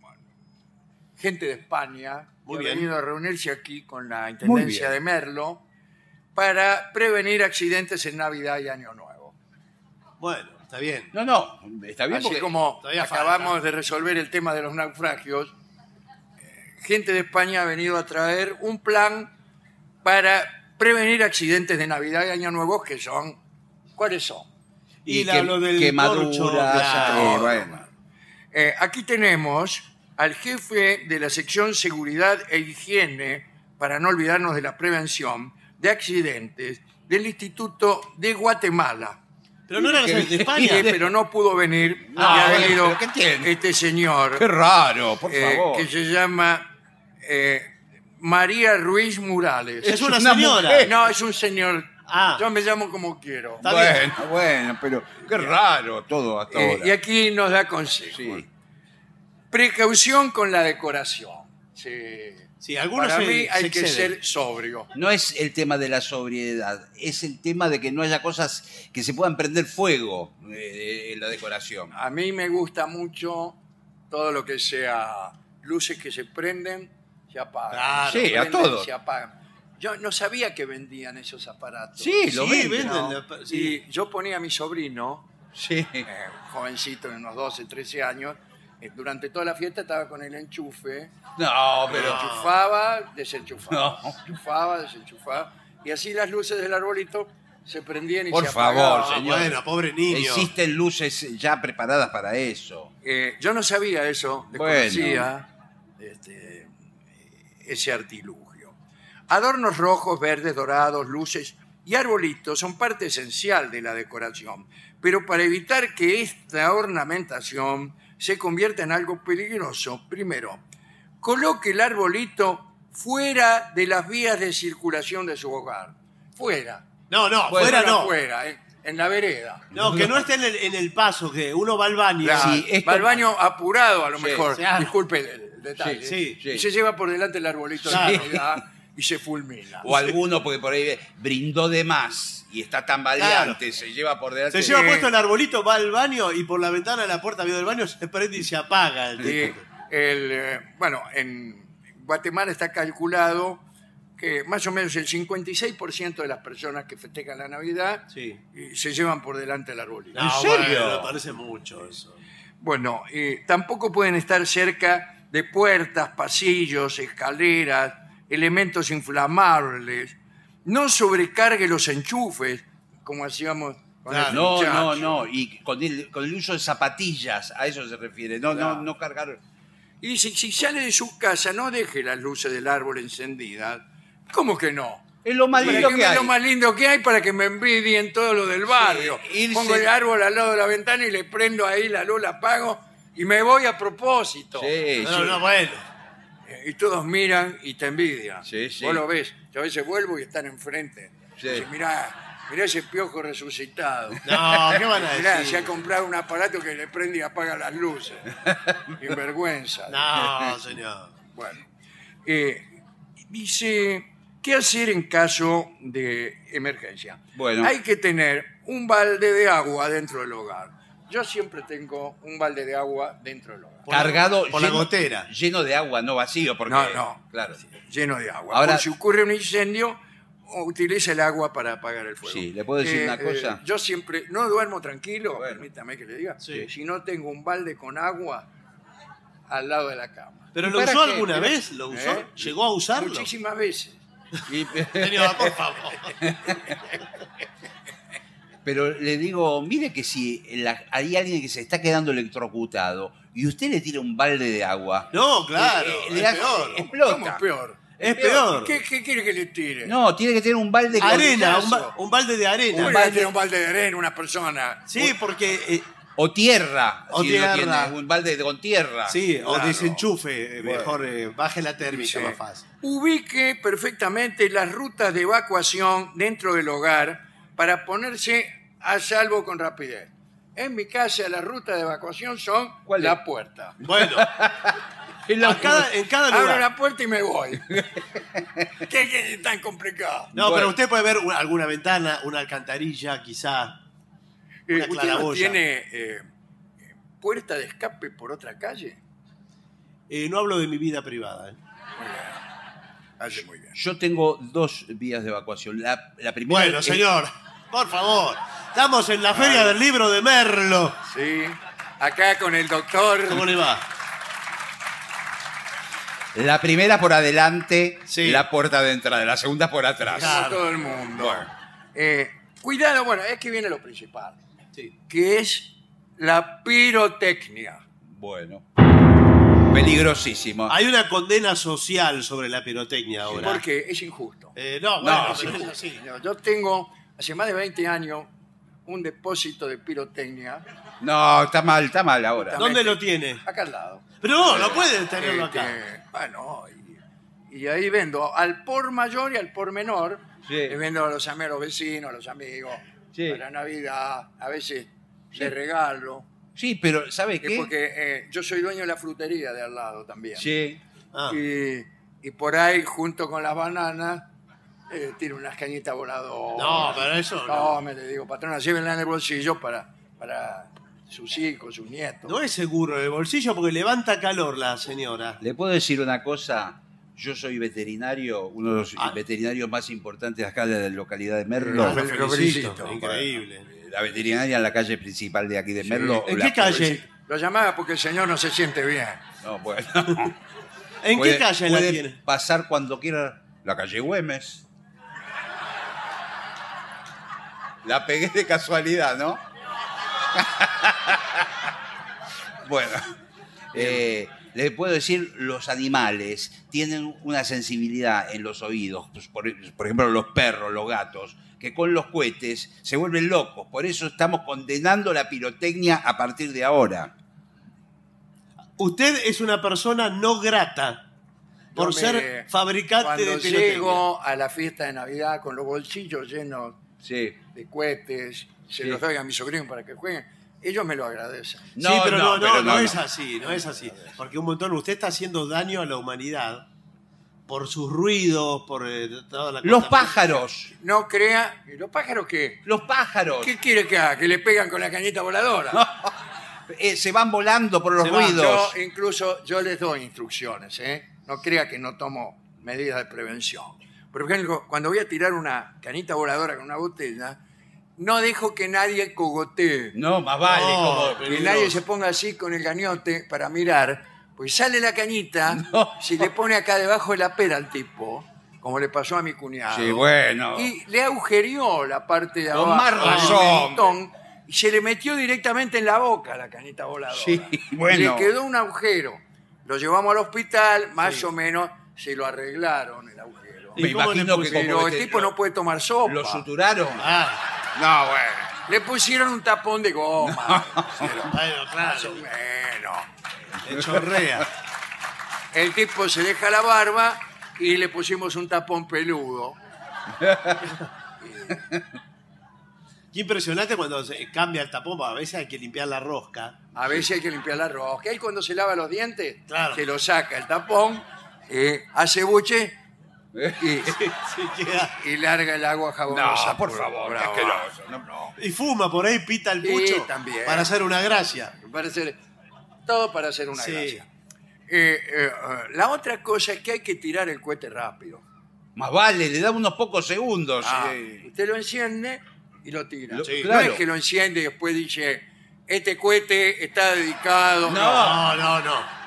[SPEAKER 2] bueno, gente de España
[SPEAKER 4] Muy
[SPEAKER 2] que ha
[SPEAKER 4] bien.
[SPEAKER 2] venido a reunirse aquí con la Intendencia de Merlo para prevenir accidentes en Navidad y Año Nuevo.
[SPEAKER 4] Bueno, está bien.
[SPEAKER 5] No, no, está bien
[SPEAKER 2] Así
[SPEAKER 5] porque...
[SPEAKER 2] como
[SPEAKER 4] todavía falta.
[SPEAKER 2] acabamos de resolver el tema de los naufragios, eh, gente de España ha venido a traer un plan para prevenir accidentes de Navidad y Año Nuevo que son... ¿Cuáles son?
[SPEAKER 4] Y,
[SPEAKER 5] Y
[SPEAKER 4] la-
[SPEAKER 5] que-
[SPEAKER 4] lo del
[SPEAKER 5] quemaduras,
[SPEAKER 4] corcho,
[SPEAKER 5] eh,
[SPEAKER 4] claro.
[SPEAKER 5] bueno.
[SPEAKER 2] Eh, aquí tenemos al jefe de la sección Seguridad e Higiene, para no olvidarnos de la prevención de accidentes, del Instituto de Guatemala.
[SPEAKER 4] Pero no era el de España.
[SPEAKER 2] Eh, pero no pudo venir,
[SPEAKER 4] No,
[SPEAKER 2] y ha
[SPEAKER 4] bueno,
[SPEAKER 2] venido
[SPEAKER 5] pero ¿qué tiene?
[SPEAKER 2] este señor
[SPEAKER 5] Qué raro, por
[SPEAKER 2] eh,
[SPEAKER 5] favor.
[SPEAKER 2] que se llama eh, María Ruiz Murales.
[SPEAKER 4] Es una
[SPEAKER 5] una
[SPEAKER 4] señora.
[SPEAKER 5] mujer.
[SPEAKER 2] No, es un señor.
[SPEAKER 4] Ah.
[SPEAKER 2] Yo me llamo como quiero.
[SPEAKER 4] Está bien.
[SPEAKER 5] bueno, bueno, pero qué raro todo hasta
[SPEAKER 2] Eh,
[SPEAKER 5] ahora.
[SPEAKER 2] y aquí nos da consejos.
[SPEAKER 5] Sí.
[SPEAKER 2] Precaución con la decoración. Sí.
[SPEAKER 4] Sí, algunos
[SPEAKER 2] Para
[SPEAKER 4] se-
[SPEAKER 2] mí
[SPEAKER 4] se
[SPEAKER 2] hay que
[SPEAKER 4] exceden.
[SPEAKER 2] ser sobrio.
[SPEAKER 6] No es el tema de la sobriedad, es el tema de que no haya cosas que se puedan prender fuego eh, en la decoración.
[SPEAKER 2] A mí me gusta mucho todo lo que sea luces que se prenden, se apagan.
[SPEAKER 4] Claro.
[SPEAKER 2] Se
[SPEAKER 5] Sí, a
[SPEAKER 2] prenden,
[SPEAKER 5] todo.
[SPEAKER 2] Se apagan. Yo no sabía que vendían esos aparatos.
[SPEAKER 5] Sí, lo
[SPEAKER 4] Sí,
[SPEAKER 5] venden.
[SPEAKER 4] venden
[SPEAKER 2] No.
[SPEAKER 4] la- sí.
[SPEAKER 2] Y yo ponía a mi sobrino,
[SPEAKER 5] Sí.
[SPEAKER 2] eh, jovencito de unos 12, 13 años, eh, durante toda la fiesta estaba con el enchufe,
[SPEAKER 5] No, pero...
[SPEAKER 4] Ah.
[SPEAKER 2] enchufaba, desenchufaba,
[SPEAKER 5] No.
[SPEAKER 2] enchufaba, desenchufaba, y así las luces del arbolito se prendían y
[SPEAKER 5] Por
[SPEAKER 2] se
[SPEAKER 5] favor,
[SPEAKER 2] apagaban.
[SPEAKER 4] Ah,
[SPEAKER 5] señor.
[SPEAKER 4] bueno, pobre niño.
[SPEAKER 5] Existen luces ya preparadas para eso.
[SPEAKER 2] Eh, yo no sabía eso, desconocía este, ese artilugio. Adornos rojos, verdes, dorados, luces y arbolitos son parte esencial de la decoración, pero para evitar que esta ornamentación se convierta en algo peligroso, primero, coloque el arbolito fuera de las vías de circulación de su hogar. Fuera.
[SPEAKER 4] No, no, fuera no.
[SPEAKER 2] Fuera, eh, en la vereda.
[SPEAKER 4] No, que no esté en el, en el paso, que uno va al baño.
[SPEAKER 2] Claro,
[SPEAKER 6] Sí, es
[SPEAKER 2] va al
[SPEAKER 6] como-
[SPEAKER 2] baño apurado a lo mejor.
[SPEAKER 4] claro.
[SPEAKER 2] Disculpe el detalle.
[SPEAKER 4] Sí, sí,
[SPEAKER 2] Y
[SPEAKER 6] sí.
[SPEAKER 2] se lleva por delante el arbolito de
[SPEAKER 4] Claro.
[SPEAKER 2] Navidad y se fulmina.
[SPEAKER 6] O alguno, porque por ahí brindó de más y está tambaleante, se lleva por delante.
[SPEAKER 4] Se lleva puesto el arbolito, va al baño y por la ventana de la puerta vio del baño se prende y se apaga el
[SPEAKER 2] Y
[SPEAKER 4] tipo.
[SPEAKER 2] el, eh, bueno, en Guatemala está calculado que más o menos el 56% de las personas que festejan la Navidad
[SPEAKER 4] Sí.
[SPEAKER 2] eh, se llevan por delante el arbolito.
[SPEAKER 4] No,
[SPEAKER 5] serio?
[SPEAKER 4] bueno, me parece mucho eso.
[SPEAKER 2] Bueno, eh, tampoco pueden estar cerca de puertas, pasillos, escaleras, elementos inflamables. No sobrecargue los enchufes, como hacíamos con el
[SPEAKER 6] No,
[SPEAKER 2] muchacho.
[SPEAKER 6] no, no. Y con el, con el uso de zapatillas, a eso se refiere. No, no, no cargar.
[SPEAKER 2] Y si, si sale de su casa, no deje las luces del árbol encendidas. ¿Cómo que no?
[SPEAKER 6] Es lo más
[SPEAKER 2] Para
[SPEAKER 6] lindo
[SPEAKER 2] que
[SPEAKER 6] que
[SPEAKER 2] me-
[SPEAKER 6] hay.
[SPEAKER 2] lo más lindo que hay para que me envidien todo lo del barrio.
[SPEAKER 6] irse-
[SPEAKER 2] Pongo el árbol al lado de la ventana y le prendo ahí la luz, la apago y me voy a propósito.
[SPEAKER 6] Sí,
[SPEAKER 4] No,
[SPEAKER 6] sí.
[SPEAKER 4] no, bueno.
[SPEAKER 2] Eh, Y todos miran y te envidian.
[SPEAKER 6] Sí, sí.
[SPEAKER 2] Vos lo ves. Yo a veces vuelvo y están enfrente.
[SPEAKER 6] Sí.
[SPEAKER 2] Dice, mirá, mirá ese piojo resucitado.
[SPEAKER 4] No, ¿qué
[SPEAKER 6] Ah,
[SPEAKER 4] van a
[SPEAKER 2] Mirá, se ha
[SPEAKER 4] decir?
[SPEAKER 2] comprado un aparato que le prende y apaga las luces. Sinvergüenza.
[SPEAKER 4] No, señor.
[SPEAKER 2] Bueno, eh, dice, ¿qué hacer en caso de emergencia?
[SPEAKER 6] Bueno.
[SPEAKER 2] Hay que tener un balde de agua dentro del hogar. Yo siempre tengo un balde de agua dentro del hogar,
[SPEAKER 4] Por la-
[SPEAKER 6] Cargado.
[SPEAKER 4] por la gotera.
[SPEAKER 6] Lleno de agua, no vacío. Porque,
[SPEAKER 2] No, no.
[SPEAKER 6] Claro.
[SPEAKER 2] lleno de agua.
[SPEAKER 6] Ahora-
[SPEAKER 2] Por si ocurre un incendio, utiliza el agua para apagar el fuego. Eh,
[SPEAKER 6] Sí, ¿le puedo decir una cosa?
[SPEAKER 2] yo siempre, no duermo tranquilo, permítame que le diga, si no tengo un balde con agua al lado de la cama.
[SPEAKER 4] ¿Pero
[SPEAKER 6] ¿Y
[SPEAKER 4] lo
[SPEAKER 6] para
[SPEAKER 4] usó
[SPEAKER 6] qué?
[SPEAKER 4] alguna
[SPEAKER 6] ¿Eh?
[SPEAKER 4] vez? ¿Lo usó?
[SPEAKER 2] ¿Eh?
[SPEAKER 4] ¿Llegó a usarlo?
[SPEAKER 2] Muchísimas veces.
[SPEAKER 6] Y-
[SPEAKER 4] Señor, por favor.
[SPEAKER 6] pero le digo, mire que si la- hay alguien que se está quedando electrocutado y usted le tira un balde de agua.
[SPEAKER 4] No, claro.
[SPEAKER 6] eh, eh,
[SPEAKER 4] es
[SPEAKER 6] le hace-
[SPEAKER 4] peor.
[SPEAKER 6] Explota.
[SPEAKER 2] ¿Cómo es peor?
[SPEAKER 4] Es peor.
[SPEAKER 2] ¿Qué, qué quiere que le tire?
[SPEAKER 6] No, tiene que tener un balde con-
[SPEAKER 4] Arena,
[SPEAKER 2] Goliazo.
[SPEAKER 4] un, ba- un balde de
[SPEAKER 2] Uno
[SPEAKER 4] arena.
[SPEAKER 2] le tira un balde de arena a una persona.
[SPEAKER 4] Sí, porque. eh,
[SPEAKER 6] o tierra.
[SPEAKER 4] O
[SPEAKER 6] si
[SPEAKER 4] tierra.
[SPEAKER 6] lo tiene, un balde de- con tierra.
[SPEAKER 4] sí,
[SPEAKER 2] Claro.
[SPEAKER 4] o desenchufe. eh, Mejor eh, baje la térmica
[SPEAKER 2] Dice,
[SPEAKER 4] más fácil.
[SPEAKER 2] Ubique perfectamente las rutas de evacuación dentro del hogar para ponerse a salvo con rapidez. En mi casa las rutas de evacuación son
[SPEAKER 6] ¿Cuál
[SPEAKER 2] la
[SPEAKER 6] es?
[SPEAKER 2] puerta.
[SPEAKER 4] Bueno,
[SPEAKER 6] En la-
[SPEAKER 4] a cada- en cada
[SPEAKER 2] Abro
[SPEAKER 4] Ah, lugar.
[SPEAKER 2] la puerta y me voy. ¿Qué, qué es tan complicado?
[SPEAKER 4] No,
[SPEAKER 6] Bueno.
[SPEAKER 4] pero usted puede ver una- alguna ventana, una alcantarilla, quizá.
[SPEAKER 2] Eh,
[SPEAKER 4] Una
[SPEAKER 2] ¿Usted no
[SPEAKER 4] claraboya.
[SPEAKER 2] tiene eh, puerta de escape por otra calle?
[SPEAKER 4] Eh, no hablo de mi vida privada. eh.
[SPEAKER 2] Hace muy bien.
[SPEAKER 6] Yo tengo dos vías de evacuación. La, la primera
[SPEAKER 4] Bueno,
[SPEAKER 6] es-
[SPEAKER 4] señor, por favor. Estamos en la Feria del Libro de Merlo.
[SPEAKER 2] Sí. Acá con el doctor.
[SPEAKER 4] ¿Cómo le va?
[SPEAKER 6] La primera por adelante,
[SPEAKER 4] Sí.
[SPEAKER 6] la puerta de entrada. La segunda por atrás.
[SPEAKER 4] Claro.
[SPEAKER 2] Como todo el mundo. Eh, cuidado, bueno, es que viene lo principal, que es la pirotecnia.
[SPEAKER 6] Bueno. Peligrosísimo.
[SPEAKER 4] Hay una condena social sobre la pirotecnia ahora.
[SPEAKER 2] Porque es injusto.
[SPEAKER 4] Eh, no, bueno,
[SPEAKER 6] No,
[SPEAKER 4] pero
[SPEAKER 6] sí.
[SPEAKER 4] es así.
[SPEAKER 2] Yo- Yo tengo hace más de 20 años un depósito de pirotecnia
[SPEAKER 6] No, está mal, está mal ahora.
[SPEAKER 2] Está-
[SPEAKER 4] ¿Dónde lo tiene?
[SPEAKER 2] acá al lado.
[SPEAKER 4] Pero no, no puede tenerlo
[SPEAKER 2] Este,
[SPEAKER 4] acá.
[SPEAKER 2] bueno, y, y ahí vendo al por mayor y al por menor.
[SPEAKER 6] Sí.
[SPEAKER 2] Le vendo a los, am- a los vecinos, a los amigos,
[SPEAKER 6] Sí.
[SPEAKER 2] para Navidad, a veces le regalo.
[SPEAKER 6] Sí, pero ¿sabe
[SPEAKER 2] Es
[SPEAKER 6] qué?
[SPEAKER 2] porque eh, yo soy dueño de la frutería de al lado también.
[SPEAKER 6] Sí.
[SPEAKER 4] Ah,
[SPEAKER 2] Y, y por ahí, junto con las bananas, eh, tiro unas cañitas voladoras.
[SPEAKER 4] No, pero eso no.
[SPEAKER 2] No, me le digo, patrona, llévenla en el bolsillo para, para sus hijos, sus nietos.
[SPEAKER 4] No es seguro en el bolsillo porque levanta calor la señora.
[SPEAKER 6] ¿Le puedo decir una cosa? Yo soy veterinario, uno de los
[SPEAKER 4] Ah.
[SPEAKER 6] veterinarios más importantes acá de la localidad de
[SPEAKER 2] No,
[SPEAKER 6] Merlo.
[SPEAKER 2] lo felicito.
[SPEAKER 4] Increíble.
[SPEAKER 6] La veterinaria en la calle principal de aquí de Merlo.
[SPEAKER 4] ¿En
[SPEAKER 6] la
[SPEAKER 4] qué calle?
[SPEAKER 2] Lo llamaba porque el señor no se siente bien.
[SPEAKER 6] No, bueno.
[SPEAKER 4] ¿En
[SPEAKER 6] Puede-
[SPEAKER 4] qué calle la
[SPEAKER 6] puede
[SPEAKER 4] tiene?
[SPEAKER 6] Pasar cuando quiera. La calle Güemes. La pegué de casualidad, ¿no? bueno. eh, le puedo decir, los animales tienen una sensibilidad en los oídos, pues, por, por ejemplo los perros, los gatos, que con los cohetes se vuelven locos. Por eso estamos condenando la pirotecnia a partir de ahora.
[SPEAKER 4] Usted es una persona no grata por
[SPEAKER 2] Yo,
[SPEAKER 4] ser
[SPEAKER 2] mire,
[SPEAKER 4] fabricante de
[SPEAKER 2] Cuando
[SPEAKER 4] pirotecnia.
[SPEAKER 2] llego a la fiesta de Navidad con los bolsillos llenos
[SPEAKER 6] Sí.
[SPEAKER 2] de cohetes, se
[SPEAKER 6] Sí.
[SPEAKER 2] los doy a mis sobrinos para que jueguen, ellos me lo agradecen.
[SPEAKER 4] sí,
[SPEAKER 6] No,
[SPEAKER 4] pero
[SPEAKER 6] no,
[SPEAKER 4] no, no,
[SPEAKER 6] pero
[SPEAKER 4] no
[SPEAKER 6] no,
[SPEAKER 4] es
[SPEAKER 6] no.
[SPEAKER 4] así, no es así. Porque un montón, usted está haciendo daño a la humanidad por sus ruidos, por eh, toda la
[SPEAKER 6] Los
[SPEAKER 4] contaminación.
[SPEAKER 6] pájaros.
[SPEAKER 2] No crea, ¿y los pájaros qué?
[SPEAKER 6] Los pájaros
[SPEAKER 2] ¿Qué quiere que haga? ¿Que le pegan con la cañita voladora?
[SPEAKER 6] eh, se van volando por los
[SPEAKER 4] Se van, eh,
[SPEAKER 6] ruidos.
[SPEAKER 2] Yo incluso yo les doy instrucciones, ¿eh? No crea que no tomo medidas de prevención. Por ejemplo, cuando voy a tirar una canita voladora con una botella, no dejo que nadie cogotee,
[SPEAKER 6] No, más vale.
[SPEAKER 4] No,
[SPEAKER 6] como-
[SPEAKER 4] pero-
[SPEAKER 2] que nadie se ponga así con el gañote para mirar, pues sale la cañita, si le pone acá debajo de la pera al tipo, como le pasó a mi cuñado.
[SPEAKER 6] Sí, bueno.
[SPEAKER 2] Y le agujerió la parte de abajo.
[SPEAKER 6] Con más
[SPEAKER 2] del
[SPEAKER 6] razón.
[SPEAKER 2] mentón, y se le metió directamente en la boca la canita voladora.
[SPEAKER 6] Sí,
[SPEAKER 2] Le
[SPEAKER 6] bueno.
[SPEAKER 2] quedó un agujero. Lo llevamos al hospital, más o menos se lo arreglaron el agujero.
[SPEAKER 4] ¿Y
[SPEAKER 6] Me
[SPEAKER 4] cómo le
[SPEAKER 6] imagino que
[SPEAKER 4] pusieron?
[SPEAKER 6] como
[SPEAKER 2] Pero el
[SPEAKER 6] que
[SPEAKER 2] tipo
[SPEAKER 6] lo-
[SPEAKER 2] no puede tomar sopa.
[SPEAKER 6] ¿Lo suturaron?
[SPEAKER 4] Ah,
[SPEAKER 6] No, bueno.
[SPEAKER 2] Le pusieron un tapón de goma.
[SPEAKER 4] bueno,
[SPEAKER 2] Más o
[SPEAKER 4] claro.
[SPEAKER 2] menos.
[SPEAKER 4] Le chorrea.
[SPEAKER 2] El tipo se deja la barba y le pusimos un tapón peludo.
[SPEAKER 4] Qué impresionante cuando se cambia el tapón, porque a veces hay que limpiar la rosca.
[SPEAKER 2] A veces hay que limpiar la rosca. Él cuando se lava los dientes,
[SPEAKER 4] Claro.
[SPEAKER 2] se lo saca el tapón, eh, hace buche y,
[SPEAKER 4] Sí, queda-
[SPEAKER 2] y larga el agua jabonosa.
[SPEAKER 6] No,
[SPEAKER 5] Ah,
[SPEAKER 6] por favor,
[SPEAKER 2] por
[SPEAKER 6] qué
[SPEAKER 2] abajo.
[SPEAKER 6] asqueroso. No, no.
[SPEAKER 4] Y fuma por ahí, pita el
[SPEAKER 2] Sí,
[SPEAKER 4] pucho.
[SPEAKER 2] también.
[SPEAKER 4] Para hacer una gracia.
[SPEAKER 2] Me parece- todo para hacer una
[SPEAKER 4] Sí.
[SPEAKER 2] gracia. Eh, eh, eh, la otra cosa es que hay que tirar el cohete rápido.
[SPEAKER 6] Más vale, le da unos pocos segundos.
[SPEAKER 2] Ah,
[SPEAKER 6] sí.
[SPEAKER 2] Usted lo enciende y lo tira.
[SPEAKER 6] Lo- Sí,
[SPEAKER 2] no
[SPEAKER 6] claro.
[SPEAKER 2] es que lo enciende y después dice, este cohete está dedicado.
[SPEAKER 4] No, no, no.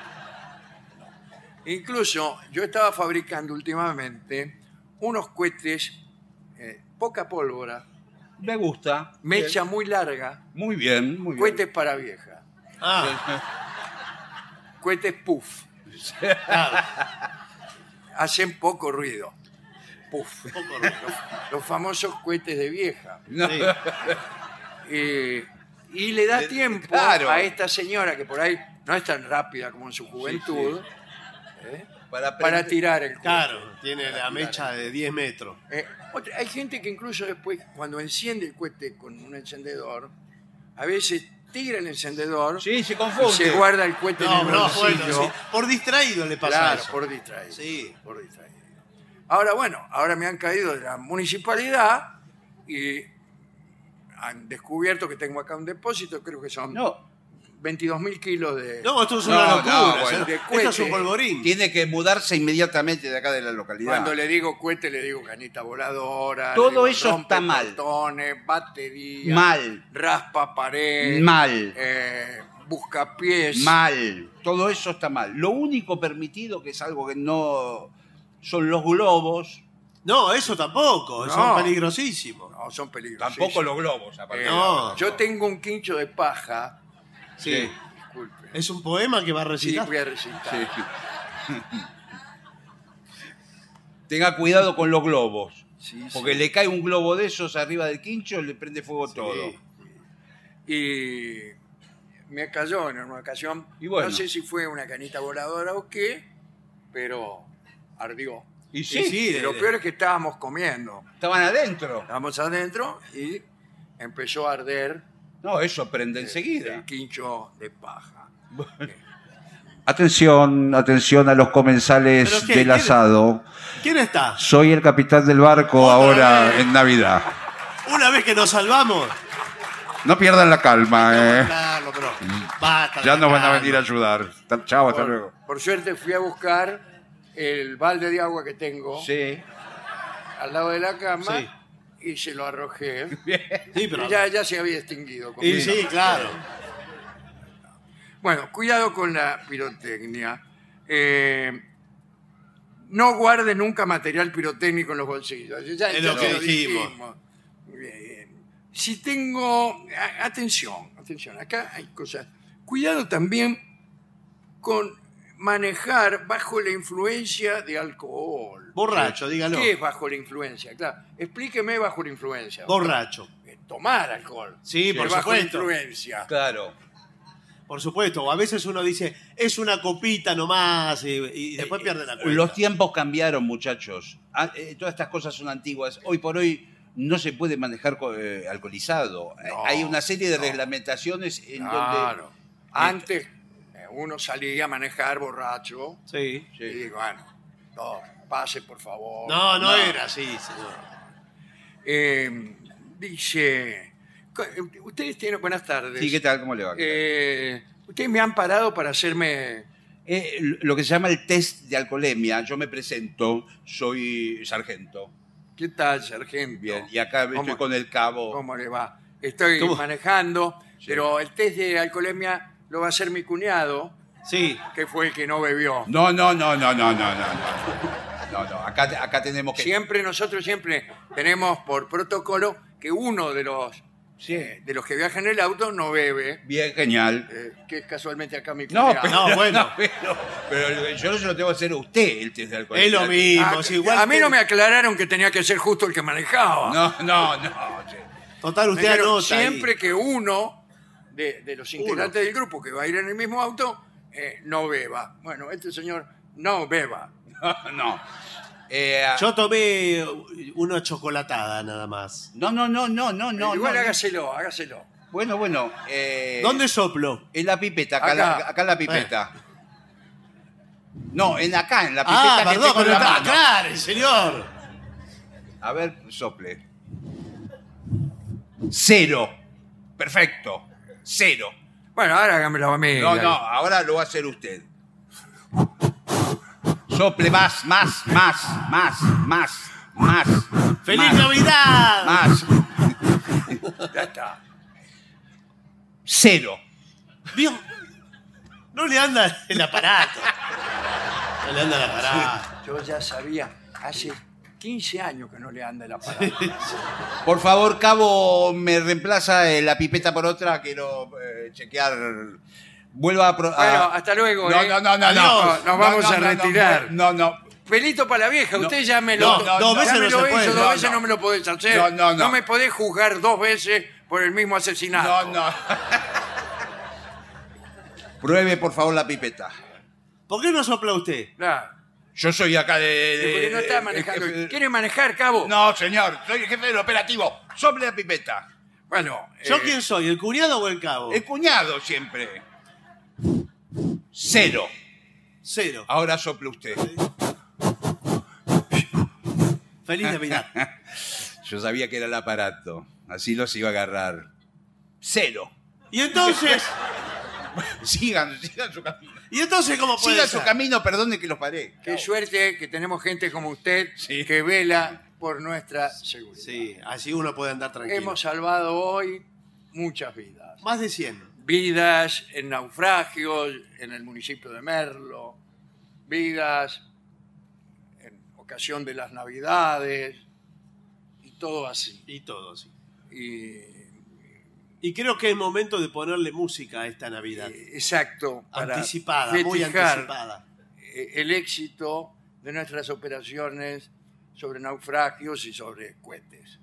[SPEAKER 2] Incluso yo estaba fabricando últimamente unos cohetes, eh, poca pólvora,
[SPEAKER 6] Me gusta.
[SPEAKER 2] mecha muy larga,
[SPEAKER 6] Muy bien, muy bien.
[SPEAKER 2] cohetes para vieja,
[SPEAKER 4] Ah,
[SPEAKER 2] cohetes puff.
[SPEAKER 4] claro.
[SPEAKER 2] Hacen poco ruido. Puff.
[SPEAKER 4] Poco ruido.
[SPEAKER 2] Los famosos cohetes de vieja.
[SPEAKER 4] Sí.
[SPEAKER 2] Eh, y le da tiempo
[SPEAKER 6] claro.
[SPEAKER 2] a esta señora que por ahí no es tan rápida como en su juventud
[SPEAKER 6] Para,
[SPEAKER 2] para
[SPEAKER 6] prender-
[SPEAKER 2] tirar el cohete.
[SPEAKER 4] Claro, tiene la mecha de 10 metros.
[SPEAKER 2] Eh, otra- hay gente que incluso después, cuando enciende el cohete con un encendedor, a veces tira el encendedor
[SPEAKER 6] Sí, se
[SPEAKER 2] y
[SPEAKER 6] confunde.
[SPEAKER 2] se guarda el cohete
[SPEAKER 4] No,
[SPEAKER 2] en el
[SPEAKER 4] no,
[SPEAKER 2] bolsillo.
[SPEAKER 4] bueno, sí. Por distraído le pasa
[SPEAKER 2] Claro,
[SPEAKER 4] eso.
[SPEAKER 2] por distraído.
[SPEAKER 4] Sí.
[SPEAKER 2] por distraído. Ahora, bueno, ahora me han caído de la municipalidad y han descubierto que tengo acá un depósito, creo que son
[SPEAKER 6] No,
[SPEAKER 2] 22 mil kilos de...
[SPEAKER 4] No, esto es
[SPEAKER 6] No,
[SPEAKER 4] una
[SPEAKER 6] no,
[SPEAKER 4] locura.
[SPEAKER 6] bueno,
[SPEAKER 4] esto-
[SPEAKER 2] de
[SPEAKER 4] esto es
[SPEAKER 2] cohete.
[SPEAKER 4] un polvorín.
[SPEAKER 6] tiene que mudarse inmediatamente de acá de la localidad.
[SPEAKER 2] Cuando le digo cohete, le digo canita voladora.
[SPEAKER 6] Todo
[SPEAKER 2] le digo
[SPEAKER 6] eso está mal.
[SPEAKER 2] rompeportones, batería.
[SPEAKER 6] Mal.
[SPEAKER 2] Raspa pared.
[SPEAKER 6] Mal.
[SPEAKER 2] eh, busca pies.
[SPEAKER 6] Mal. Todo eso está mal. Lo único permitido, que es algo que no. son los globos.
[SPEAKER 4] No, eso tampoco. Eso
[SPEAKER 2] No.
[SPEAKER 4] es peligrosísimo.
[SPEAKER 2] No, son peligrosos.
[SPEAKER 6] Tampoco los globos, aparte.
[SPEAKER 2] Eh,
[SPEAKER 4] No.
[SPEAKER 2] Yo tengo un quincho de paja.
[SPEAKER 6] Sí.
[SPEAKER 2] Disculpe.
[SPEAKER 4] Es un poema que va a
[SPEAKER 2] Sí,
[SPEAKER 4] recitar.
[SPEAKER 2] voy a recitar.
[SPEAKER 6] Sí. Tenga cuidado con los globos.
[SPEAKER 2] Sí,
[SPEAKER 6] porque le cae un globo de esos arriba del quincho, le prende fuego todo.
[SPEAKER 2] Y me cayó en una ocasión.
[SPEAKER 6] Y bueno.
[SPEAKER 2] No sé si fue una canita voladora o qué, pero ardió.
[SPEAKER 6] Y
[SPEAKER 4] Sí,
[SPEAKER 6] sí, eh,
[SPEAKER 4] sí,
[SPEAKER 2] Y lo
[SPEAKER 4] de-
[SPEAKER 2] peor es que estábamos comiendo.
[SPEAKER 6] estaban adentro.
[SPEAKER 2] Estábamos adentro y empezó a arder
[SPEAKER 6] No, eso prende enseguida.
[SPEAKER 2] el quincho de paja.
[SPEAKER 5] Atención, atención a los comensales
[SPEAKER 4] ¿Pero qué?
[SPEAKER 5] del
[SPEAKER 4] ¿Quién-
[SPEAKER 5] asado.
[SPEAKER 4] ¿Quién está?
[SPEAKER 5] Soy el capitán del barco
[SPEAKER 4] Otra
[SPEAKER 5] ahora
[SPEAKER 4] vez.
[SPEAKER 5] en Navidad.
[SPEAKER 4] Una vez que nos salvamos.
[SPEAKER 5] No pierdan la calma, eh.
[SPEAKER 4] Claro, pero. Basta.
[SPEAKER 5] Ya nos van a
[SPEAKER 4] calma.
[SPEAKER 5] venir a ayudar. Tal- Chao, hasta luego.
[SPEAKER 2] Por, por suerte fui a buscar el balde de agua que tengo
[SPEAKER 6] Sí.
[SPEAKER 2] al lado de la cama
[SPEAKER 4] Sí.
[SPEAKER 2] y se lo arrojé.
[SPEAKER 4] Sí, pero.
[SPEAKER 2] Y ya, ya se había extinguido.
[SPEAKER 4] Y
[SPEAKER 2] conmigo.
[SPEAKER 4] sí, claro.
[SPEAKER 2] Bueno, cuidado con la pirotecnia. Eh, no guarde nunca material pirotécnico en los bolsillos. Ya,
[SPEAKER 4] Es
[SPEAKER 2] ya
[SPEAKER 4] lo que
[SPEAKER 2] lo
[SPEAKER 4] dijimos.
[SPEAKER 2] dijimos. Eh, si tengo... a- Atención, atención. Acá hay cosas. Cuidado también con manejar bajo la influencia de alcohol.
[SPEAKER 4] Borracho, dígalo.
[SPEAKER 2] ¿Qué es bajo la influencia? Claro, explíqueme bajo la influencia.
[SPEAKER 4] Borracho.
[SPEAKER 2] Eh, Tomar alcohol.
[SPEAKER 4] Sí,
[SPEAKER 2] Que
[SPEAKER 4] por
[SPEAKER 2] bajo la
[SPEAKER 4] supuesto.
[SPEAKER 2] influencia.
[SPEAKER 6] Claro.
[SPEAKER 4] Por supuesto. O a veces uno dice, es una copita nomás. Y,
[SPEAKER 5] Eh,
[SPEAKER 4] y después pierde la cuenta.
[SPEAKER 6] Eh, Los tiempos cambiaron, muchachos. Ah, eh, todas estas cosas son antiguas. Hoy por hoy no se puede manejar co- eh, alcoholizado. Eh, Hay una serie de reglamentaciones en
[SPEAKER 2] Claro. Antes eh, uno salía a manejar borracho
[SPEAKER 4] Sí.
[SPEAKER 2] y digo, bueno, no, pase por favor.
[SPEAKER 4] No, no, era así, señor.
[SPEAKER 2] Eh, dice, co- eh, ustedes tienen, buenas tardes.
[SPEAKER 6] donde... Sí, ¿qué tal? ¿Cómo le va?
[SPEAKER 2] Eh, ustedes me han parado para hacerme...
[SPEAKER 6] Eh, lo que se llama el test de alcoholemia. Yo me presento, soy sargento.
[SPEAKER 2] ¿Qué tal, sargento?
[SPEAKER 6] Bien, y acá estoy
[SPEAKER 2] ¿Cómo-
[SPEAKER 6] con el cabo.
[SPEAKER 2] ¿Cómo le va? Estoy
[SPEAKER 6] ¿Cómo?
[SPEAKER 2] manejando, pero el test de alcoholemia lo va a hacer mi cuñado,
[SPEAKER 4] Sí.
[SPEAKER 2] que fue el que no bebió.
[SPEAKER 6] No, no, no, no, no, no, no. no.
[SPEAKER 5] No, no, acá, te- acá tenemos que.
[SPEAKER 2] Siempre, nosotros siempre tenemos por protocolo que uno de los, de los que viaja en el auto no bebe,
[SPEAKER 5] Bien, genial.
[SPEAKER 2] eh, que es casualmente acá mi cuñado.
[SPEAKER 5] No,
[SPEAKER 2] Ah,
[SPEAKER 5] pero,
[SPEAKER 4] No, bueno.
[SPEAKER 5] no, pero, pero yo no se lo tengo que hacer a usted el test de alcohol.
[SPEAKER 4] Es lo mismo.
[SPEAKER 2] Ah,
[SPEAKER 4] si igual
[SPEAKER 2] a mí no
[SPEAKER 4] te-
[SPEAKER 2] me aclararon que tenía que ser justo el que manejaba.
[SPEAKER 5] No, no, no. sí.
[SPEAKER 4] Total,
[SPEAKER 2] Me
[SPEAKER 4] usted
[SPEAKER 2] dijeron,
[SPEAKER 4] anota. ahí.
[SPEAKER 2] siempre que uno de, de los integrantes del grupo que va a ir en el mismo auto eh, no beba. Bueno, este señor no beba.
[SPEAKER 5] No, no. Eh,
[SPEAKER 4] Yo tomé una chocolatada nada más.
[SPEAKER 5] no, no, no, no, no, no.
[SPEAKER 2] Igual
[SPEAKER 5] no.
[SPEAKER 2] hágaselo, hágaselo.
[SPEAKER 5] Bueno, bueno. eh,
[SPEAKER 4] ¿Dónde soplo?
[SPEAKER 5] En la pipeta, acá,
[SPEAKER 2] Acá.
[SPEAKER 5] La, acá la pipeta. No, en acá, en la pipeta
[SPEAKER 4] Ah,
[SPEAKER 5] que
[SPEAKER 4] perdón,
[SPEAKER 5] tengo en
[SPEAKER 4] pero
[SPEAKER 5] la
[SPEAKER 4] está
[SPEAKER 5] mano.
[SPEAKER 4] claro, señor.
[SPEAKER 5] A ver, sople. Cero. Perfecto. Cero.
[SPEAKER 2] Bueno, ahora hágamelo a mí.
[SPEAKER 5] No, no, ahora lo va a hacer usted. Sople más, más, más, más, más, más.
[SPEAKER 4] ¡Feliz
[SPEAKER 5] más,
[SPEAKER 4] Navidad!
[SPEAKER 5] Más.
[SPEAKER 2] Ya está.
[SPEAKER 5] Cero.
[SPEAKER 4] Dios, no le anda el aparato. No le anda el aparato.
[SPEAKER 2] Yo ya sabía, hace 15 años que no le anda la palabra.
[SPEAKER 5] Por favor, Cabo, me reemplaza eh, la pipeta por otra. Quiero eh, chequear. Vuelva a. pro- a-
[SPEAKER 2] Bueno, hasta luego.
[SPEAKER 5] Ah. No,
[SPEAKER 2] ¿eh?
[SPEAKER 5] no, no, no, no.
[SPEAKER 2] Nos vamos
[SPEAKER 5] No, no,
[SPEAKER 2] a
[SPEAKER 5] no, no,
[SPEAKER 2] retirar.
[SPEAKER 5] No, no.
[SPEAKER 2] Pelito para la vieja, usted ya me lo.
[SPEAKER 4] no, no, dos
[SPEAKER 2] ya
[SPEAKER 4] veces
[SPEAKER 2] me lo
[SPEAKER 4] no se puede,
[SPEAKER 2] hizo, dos
[SPEAKER 4] no,
[SPEAKER 2] veces no.
[SPEAKER 5] no.
[SPEAKER 2] me lo podés hacer.
[SPEAKER 5] No, no, no.
[SPEAKER 2] me podés juzgar dos veces por el mismo asesinato.
[SPEAKER 5] No, no. Pruebe, por favor, la pipeta.
[SPEAKER 4] ¿Por qué no sopla usted?
[SPEAKER 2] Claro.
[SPEAKER 5] Yo soy acá de. de-
[SPEAKER 2] Porque no está
[SPEAKER 5] de-
[SPEAKER 2] manejando.
[SPEAKER 5] el jefe de-
[SPEAKER 2] ¿Quiere manejar, cabo?
[SPEAKER 5] Eh, No, señor, soy el jefe del operativo. Sople la pipeta.
[SPEAKER 2] Bueno,
[SPEAKER 4] ¿Yo
[SPEAKER 2] eh,
[SPEAKER 4] quién soy? ¿El cuñado o el cabo?
[SPEAKER 5] El cuñado siempre. Cero.
[SPEAKER 4] Cero.
[SPEAKER 5] Ahora sople usted.
[SPEAKER 4] Feliz Navidad.
[SPEAKER 5] Yo sabía que era el aparato. Así los iba a agarrar. Cero.
[SPEAKER 4] Y entonces,
[SPEAKER 5] Sigan, sigan su camino.
[SPEAKER 4] ¿y entonces cómo puede
[SPEAKER 5] Sigan
[SPEAKER 4] ser?
[SPEAKER 5] su camino, perdone que los paré.
[SPEAKER 2] qué suerte que tenemos gente como usted
[SPEAKER 5] Sí.
[SPEAKER 2] que vela por nuestra seguridad.
[SPEAKER 4] Sí, así uno puede andar tranquilo.
[SPEAKER 2] Hemos salvado hoy muchas vidas.
[SPEAKER 4] Más de 100.
[SPEAKER 2] Vidas en naufragios en el municipio de Merlo, vidas en ocasión de las Navidades y todo así.
[SPEAKER 4] Y todo, sí.
[SPEAKER 2] Y,
[SPEAKER 4] Y creo que es momento de ponerle música a esta Navidad.
[SPEAKER 2] exacto, para
[SPEAKER 4] anticipada, muy
[SPEAKER 2] festejar
[SPEAKER 4] anticipada.
[SPEAKER 2] eh, el éxito de nuestras operaciones sobre naufragios y sobre cohetes.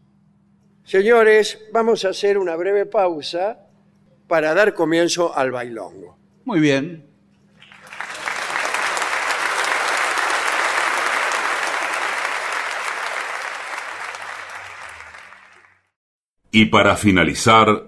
[SPEAKER 2] Señores, vamos a hacer una breve pausa para dar comienzo al bailongo.
[SPEAKER 6] Muy bien.
[SPEAKER 8] Y para finalizar,